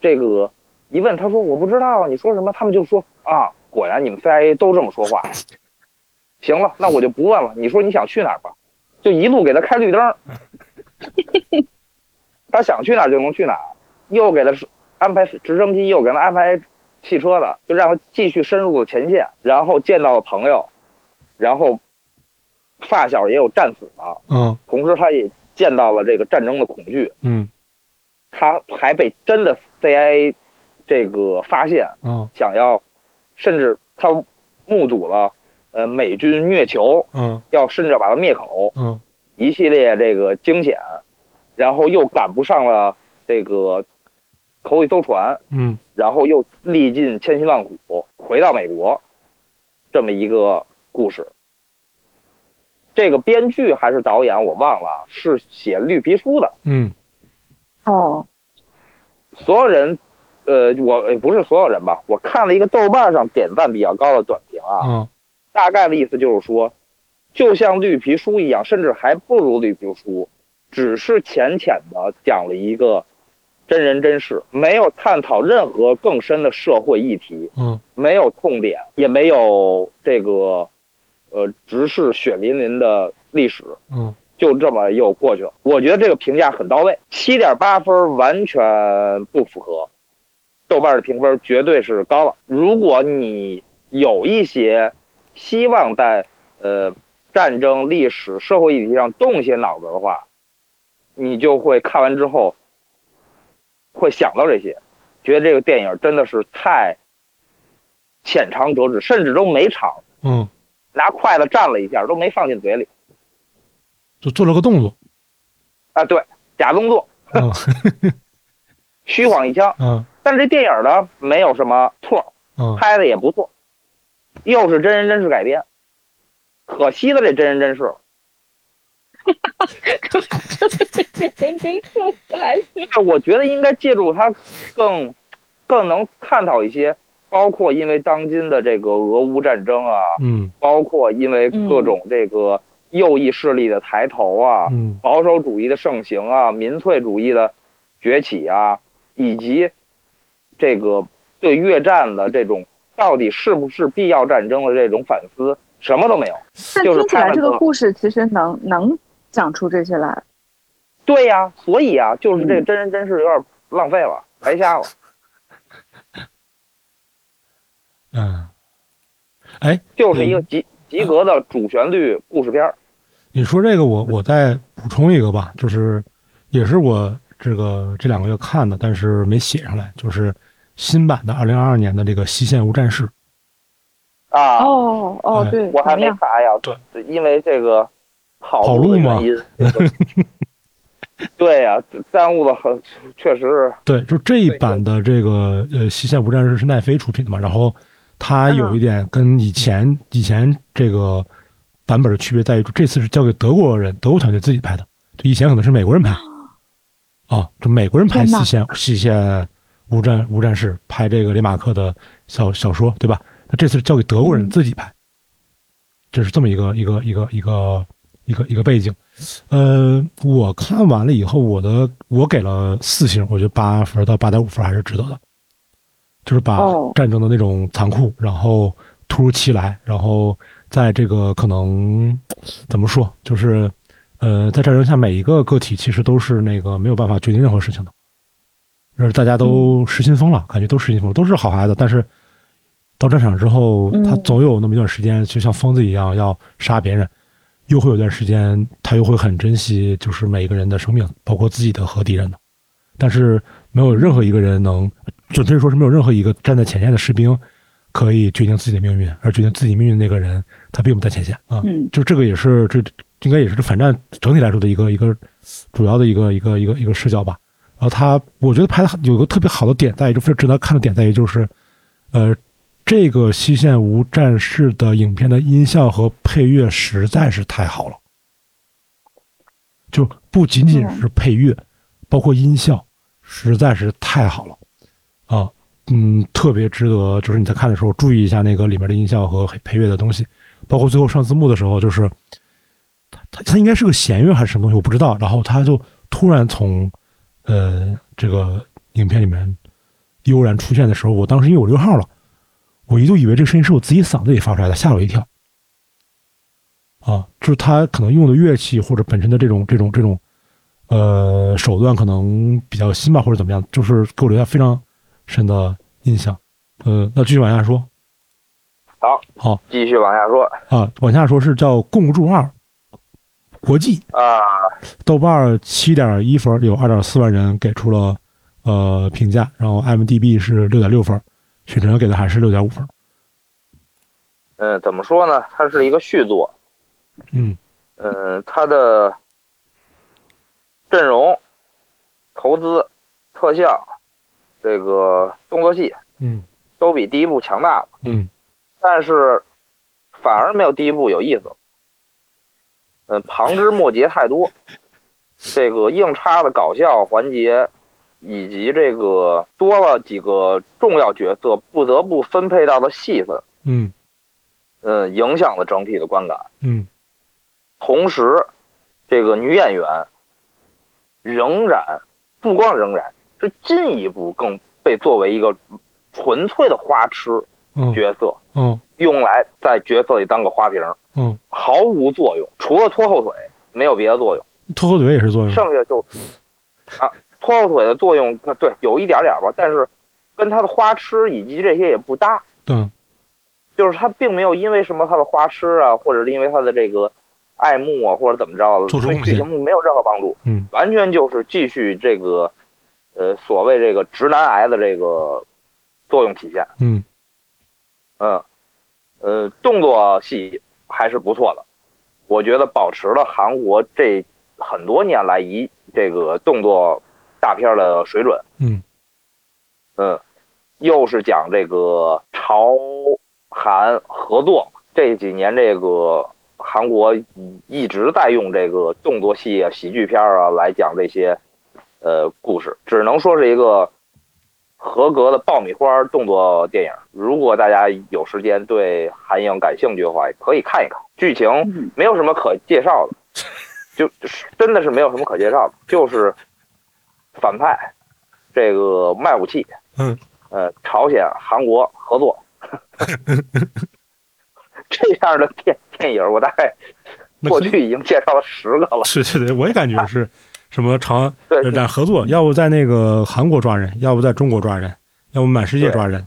这个一问，他说我不知道你说什么，他们就说啊，果然你们 CIA 都这么说话。行了，那我就不问了，你说你想去哪儿吧，就一路给他开绿灯儿，他想去哪儿就能去哪儿，又给他安排直升机，又给他安排汽车的，就让他继续深入前线，然后见到了朋友，然后发小也有战死的，
嗯
同时他也见到了这个战争的恐惧，
嗯
他还被真的 CIA 这个发现，
嗯
想要，甚至他目睹了呃美军虐囚，
嗯
要甚至把他灭口，
嗯
一系列这个惊险，然后又赶不上了这个头一艘船，
嗯
然后又历尽千辛万苦回到美国，这么一个故事。这个编剧还是导演我忘了，是写《绿皮书》的。
嗯
[laughs]
哦，
所有人，呃，我呃不是所有人吧，我看了一个豆瓣上点赞比较高的短评啊，
嗯
大概的意思就是说，就像绿皮书一样，甚至还不如绿皮书，只是浅浅的讲了一个真人真事，没有探讨任何更深的社会议题，
嗯
没有痛点，也没有这个，呃，直视血淋淋的历史。
嗯
就这么又过去了。我觉得这个评价很到位，七点八分完全不符合豆瓣的评分，绝对是高了。如果你有一些希望在呃战争、历史、社会议题上动一些脑子的话，你就会看完之后会想到这些，觉得这个电影真的是太浅尝辄止，甚至都没尝，
嗯，
拿筷子蘸了一下都没放进嘴里
就做了个动作。
啊！对，假动作。
嗯
虚晃一枪。
嗯
但是这电影呢，没有什么错，
嗯
拍的也不错，又是真人真事改编。可惜的这真人真事，
真真说来
因为我觉得应该借助它更，更能探讨一些，包括因为当今的这个俄乌战争啊，
嗯
包括因为各种这个右翼势力的抬头啊，
嗯
保守主义的盛行啊，民粹主义的崛起啊，以及这个对越战的这种到底是不是必要战争的这种反思，什么都没有。
但
就是
听起
拍
来
了
这个
个
故事其实能能讲出这些来，
对呀、所以啊，就是
嗯
这个真人真事有点浪费了，白瞎了。
嗯，哎，
就是
嗯
一个及及格的主旋律故事片儿。
你说这个我，我再补充一个吧，就是也是我这个这两个月看的，但是没写上来，就是新版的二零二二年的这个《西线无战事》。
啊，
哦哦，对，
我还
怎
没
么样
查呀，
对，
因为这个跑
跑路
的
嘛
原因，
[laughs]
这个对呀、耽误了很，确实是
对，就这一版的这个呃《西线无战事》是奈飞出品的嘛，然后它
嗯
有一点跟以前、以前这个版本的区别在于，这次是交给德国人德国团队自己拍的，就以前可能是美国人拍，啊，就美国人拍《
哦天哪
西线西线无战无战事》，拍这个雷马克的小小说，对吧？那这次是交给德国人
嗯
自己拍，这是这么一个一个一个一个一个一个背景。呃，我看完了以后，我的我给了四星，我觉得八分到八点五分还是值得的，就是把
哦
战争的那种残酷，然后突如其来，然后在这个可能怎么说，就是呃，在战争下每一个个体其实都是那个没有办法决定任何事情的，就是大家都失心疯了，感觉都失心疯了，都是好孩子，但是到战场之后，
嗯
他总有那么一段时间，就像疯子一样要杀别人，又会有段时间，他又会很珍惜，就是每一个人的生命，包括自己的和敌人的。但是没有任何一个人能，准确地说是没有任何一个站在前线的士兵可以决定自己的命运，而决定自己命运的那个人，他并不在前线啊。
嗯
就这个也是这应该也是这反战整体来说的一个一个主要的一个一个一个一个视角吧。然后他我觉得拍的有个特别好的点在于，就非常值得看的点在于就是，呃，这个《西线无战事》的影片的音效和配乐实在是太好了，就不仅仅是配乐，包括音效，实在是太好了啊。嗯，特别值得，就是你在看的时候注意一下那个里面的音效和配乐的东西，包括最后上字幕的时候，就是它它它应该是个弦乐还是什么东西，我不知道。然后它就突然从呃这个影片里面悠然出现的时候，我当时因为我溜号了，我一度以为这个声音是我自己嗓子里发出来的，吓了我一跳。啊，就是他可能用的乐器或者本身的这种这种这种呃手段可能比较新吧，或者怎么样，就是给我留下非常深的印象。呃，那继续往下说，
好，
好，
继续往下说
啊，往下说是叫《共筑二》，国际
啊，
豆瓣七点一分，有二点四万人给出了呃评价，然后 IMDB 是六点六分，许晨给的还是六点五分。
嗯，怎么说呢？它是一个续作，
嗯
嗯，它的阵容、投资、特效、这个动作戏
嗯
都比第一部强大了，
嗯
但是反而没有第一部有意思。嗯，旁枝末节太多，这个硬插的搞笑环节，以及这个多了几个重要角色不得不分配到的戏份，
嗯
嗯，影响了整体的观感。
嗯
同时，这个女演员仍然不光仍然是进一步更被作为一个纯粹的花痴
嗯
角色，
嗯
用来在角色里当个花瓶，
嗯，
毫无作用，除了拖后腿没有别的作用，
脱口腿也是作用。
剩下就啊拖后腿的作用，呃对，有一点点吧，但是跟她的花痴以及这些也不搭，
嗯
就是她并没有因为什么她的花痴啊，或者是因为她的这个爱慕啊，或者怎么着，
做出
对
贡
剧
献
情没有任何帮助。
嗯
完全就是继续这个，呃，所谓这个直男癌的这个作用体现。
嗯
嗯，呃，动作戏还是不错的，我觉得保持了韩国这很多年来一这个动作大片的水准。
嗯
嗯，又是讲这个朝韩合作，这几年这个韩国一直在用这个动作戏啊、喜剧片啊来讲这些呃故事，只能说是一个合格的爆米花动作电影。如果大家有时间对韩影感兴趣的话，也可以看一看。剧情
嗯
没有什么可介绍的，就就是真的是没有什么可介绍的，就是反派这个卖武器，
嗯，
呃，朝鲜、韩国
[laughs]
合作。这样的电电影，我大概
那
过
肯
去已经介绍了十个了。
是是对，我也感觉是什么长
对，
染合作，要不在那个韩国抓人，要不在中国抓人，要不满世界抓人。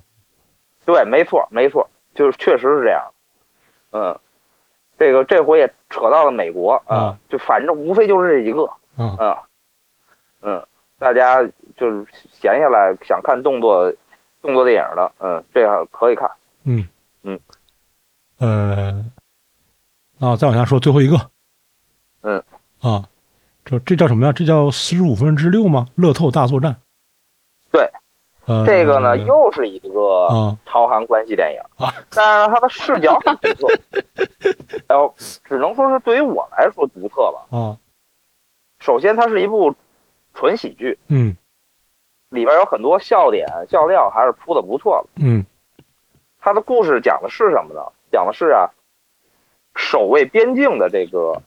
对，没错，没错，就是确实是这样。嗯，这个这回也扯到了美国
啊，
就反正无非就是这几个。
啊
嗯嗯，大家就是闲下来想看动作动作电影的，嗯，这样可以看。
呃，啊，再往下说最后一个，
嗯，
啊，这这叫什么呀？这叫四十五分之六吗？乐透大作战。
对，
呃，
这个呢，又是一个
啊
朝韩关系电影
啊，
但是它的视角很独特，然后只能说是对于我来说独特吧。
啊，
首先，它是一部纯喜剧，
嗯
里边有很多笑点、笑料还是铺的不错的。
嗯
它的故事讲的是什么呢？讲的是啊，守卫边境的这个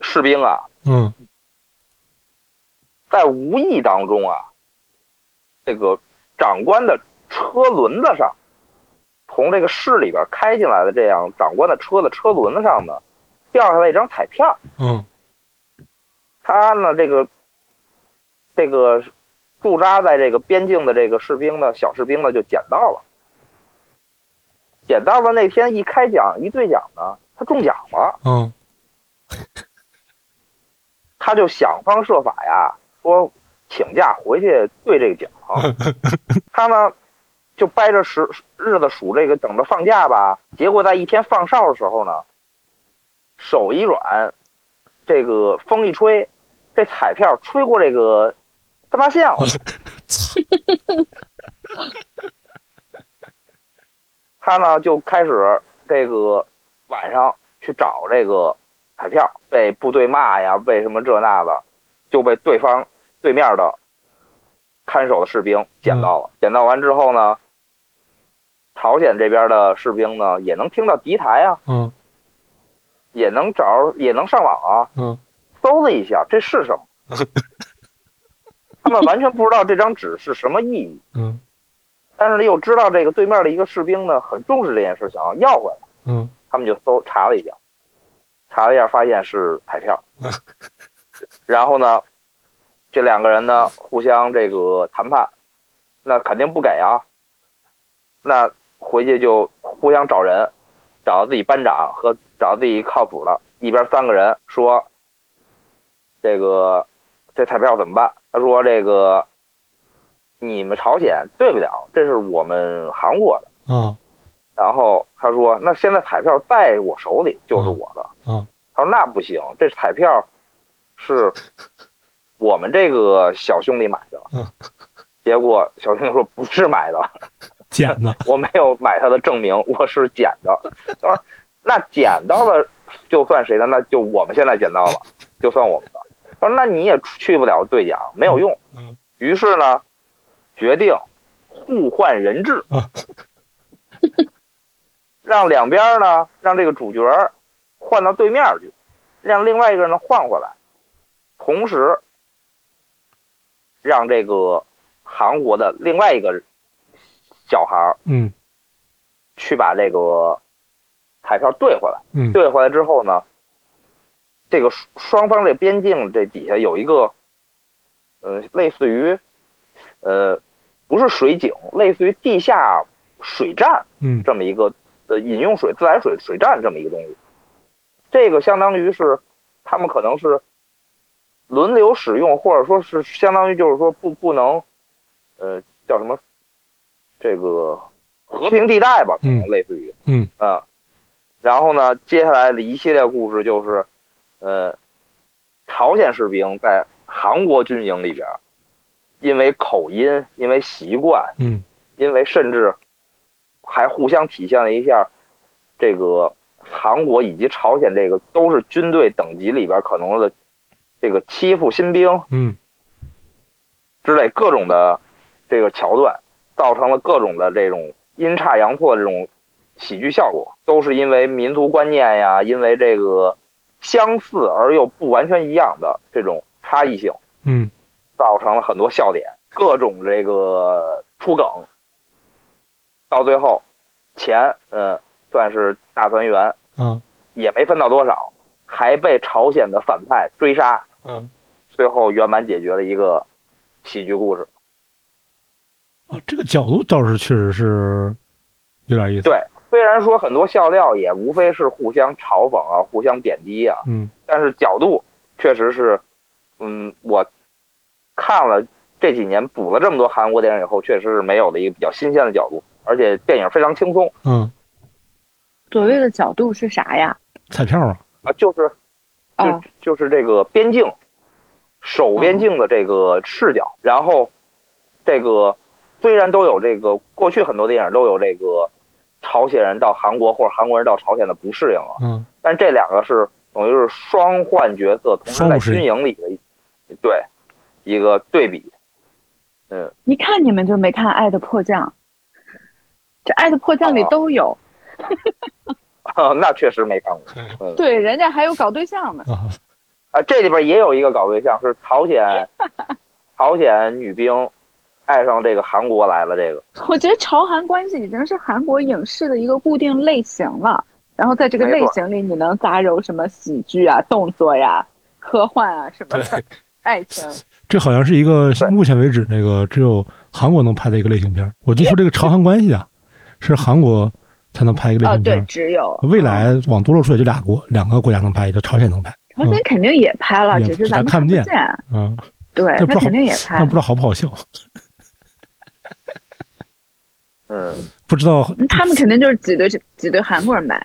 士兵啊，
嗯
在无意当中啊，这个长官的车轮子上，从这个市里边开进来的这样长官的车的车轮子上呢，掉下来一张彩票。
嗯
他呢，这个这个驻扎在这个边境的这个士兵呢，小士兵呢就捡到了，捡到了那天一开奖一兑奖呢，他中奖了，
嗯
他就想方设法呀，说请假回去兑这个奖。啊他呢就掰着时日子数这个，等着放假吧。结果在一天放哨的时候呢，手一软，这个风一吹，这彩票吹过这个大八线了。他呢就开始这个晚上去找这个彩票，被部队骂呀，被什么这那的，就被对方对面的看守的士兵捡到了。捡到完之后呢，朝鲜这边的士兵呢也能听到敌台啊，
嗯
也能找，也能上网啊，
嗯
搜了一下这是什么。他们完全不知道这张纸是什么意义，
嗯
但是又知道这个对面的一个士兵呢很重视这件事，想要要回来。
嗯
他们就搜查了一下，查了一下发现是彩票，然后呢，这两个人呢互相这个谈判，那肯定不给啊，那回去就互相找人，找自己班长和找自己靠谱的，一边三个人说，这个这彩票怎么办？他说这个你们朝鲜对不了，这是我们韩国的。
啊
然后他说：“那现在彩票在我手里就是我的。
嗯嗯
他说：“那不行，这彩票是我们这个小兄弟买的。
嗯
结果小兄弟说：“不是买的，
捡的
[laughs] 我没有买他的证明，我是捡的。”他说：“那捡到了就算谁的？那就我们现在捡到了，就算我们的。”他说：“那你也去不了兑奖，没有用。
嗯”
于是呢，决定互换人质。
啊
[laughs] 让两边儿呢，让这个主角儿换到对面儿去，让另外一个人呢换回来，同时让这个韩国的另外一个小孩儿
嗯
去把这个彩票兑回来。
嗯
兑回来之后呢，这个双双方这边境这底下有一个，呃，类似于，呃，不是水井，类似于地下水站，
嗯
这么一个呃饮用水、自来水水站这么一个东西。这个相当于是他们可能是轮流使用，或者说是相当于就是说不不能呃叫什么这个和平地带吧，可能
嗯
类似于
嗯
啊、然后呢，接下来的一系列故事就是呃朝鲜士兵在韩国军营里边儿，因为口音，因为习惯，
嗯
因为甚至还互相体现了一下这个韩国以及朝鲜这个都是军队等级里边可能的这个欺负新兵
嗯
之类各种的这个桥段，造成了各种的这种阴差阳错的这种喜剧效果，都是因为民族观念呀，因为这个相似而又不完全一样的这种差异性。
嗯
造成了很多笑点，各种这个出梗，到最后钱，嗯，算是大团圆，
啊
也没分到多少，还被朝鲜的反派追杀，
嗯
最后圆满解决了一个喜剧故事。
啊，这个角度倒是确实是有点意思。
对虽然说很多笑料也无非是互相嘲讽啊、互相贬低啊，
嗯
但是角度确实是，嗯，我看了这几年补了这么多韩国电影以后，确实是没有的一个比较新鲜的角度，而且电影非常轻松
嗯，
所谓的角度是啥呀？
彩票啊，
啊，就是就、
啊，嗯
就是这个边境，守边境的这个视角，然后这个虽然都有这个过去很多电影都有这个朝鲜人到韩国或者韩国人到朝鲜的不适应啊，
嗯
但这两个是等于是双换角色，同时
双
在
不适应
军营里的一对一个对比。 [laughs]
一看你们就没看《爱的迫降》，这《爱的迫降》里
哦
都有，
那确实没看过嗯
对，人家还有搞对象呢。
啊，
啊，这里边也有一个搞对象是
[laughs]
朝鲜朝鲜女兵爱上这个韩国来了，这个
[laughs] 我觉得朝韩关系已经是韩国影视的一个固定类型了。然后在这个
没
类
错
型里，你能杂糅什么喜剧啊、动作呀、科幻啊什么的，爱
[laughs]
情。
这好像是一个
对
目前为止那个只有韩国能拍的一个类型片儿。我就说这个朝韩关系啊，是韩国才能拍一个类
哦，
型片
对，
儿。
只有
未来往多了说也就俩国两个国家能拍，就朝鲜能拍，
朝鲜肯定也拍了，
嗯也
只是咱们
看不
不
见
见。
嗯，
对
但，不知
他
道
肯定也
但
拍
不知。道好不好笑，
嗯，
不知道
嗯他们肯定就是挤兑挤兑韩国人买。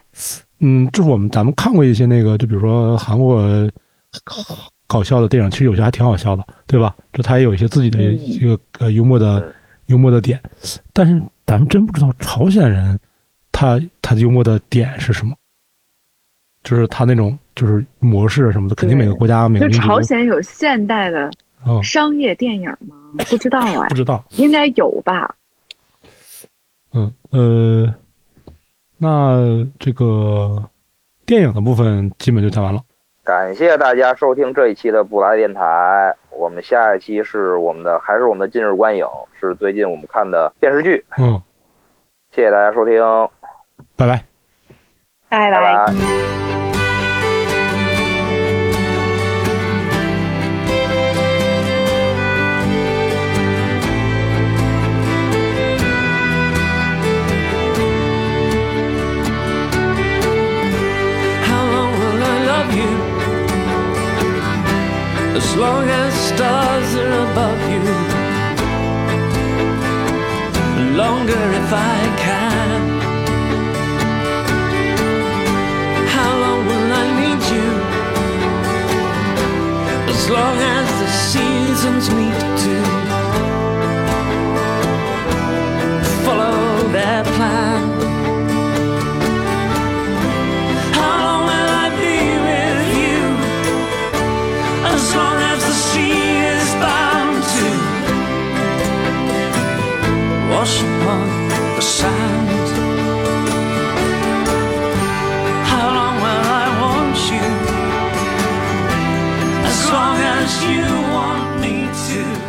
嗯，就是我们咱们看过一些那个，就比如说韩国搞笑的电影，其实有些还挺好笑的，对吧？就他也有一些自己的
嗯
一个呃幽默的
嗯
幽默的点，但是咱们真不知道朝鲜人他他的幽默的点是什么，就是他那种就是模式什么的，肯定每个国家每个
就
民族
朝鲜有现代的
嗯
商业电影吗？不知道哎
不，知道，
应该有吧。
嗯呃，那这个电影的部分基本就讲完了，
感谢大家收听这一期的布拉电台。我们下一期是我们的，还是我们的今日观影，是最近我们看的电视剧。
嗯，
谢谢大家收听，
拜拜。
拜
拜拜。
How long will I love you? As long as stars are above you. Longer if I can. How long will I need you? As long as the seasons meet to follow their plan. How long will I be with you? As long as the sea is bound to wash upon the sand. How long will I want you? As long as you want me to.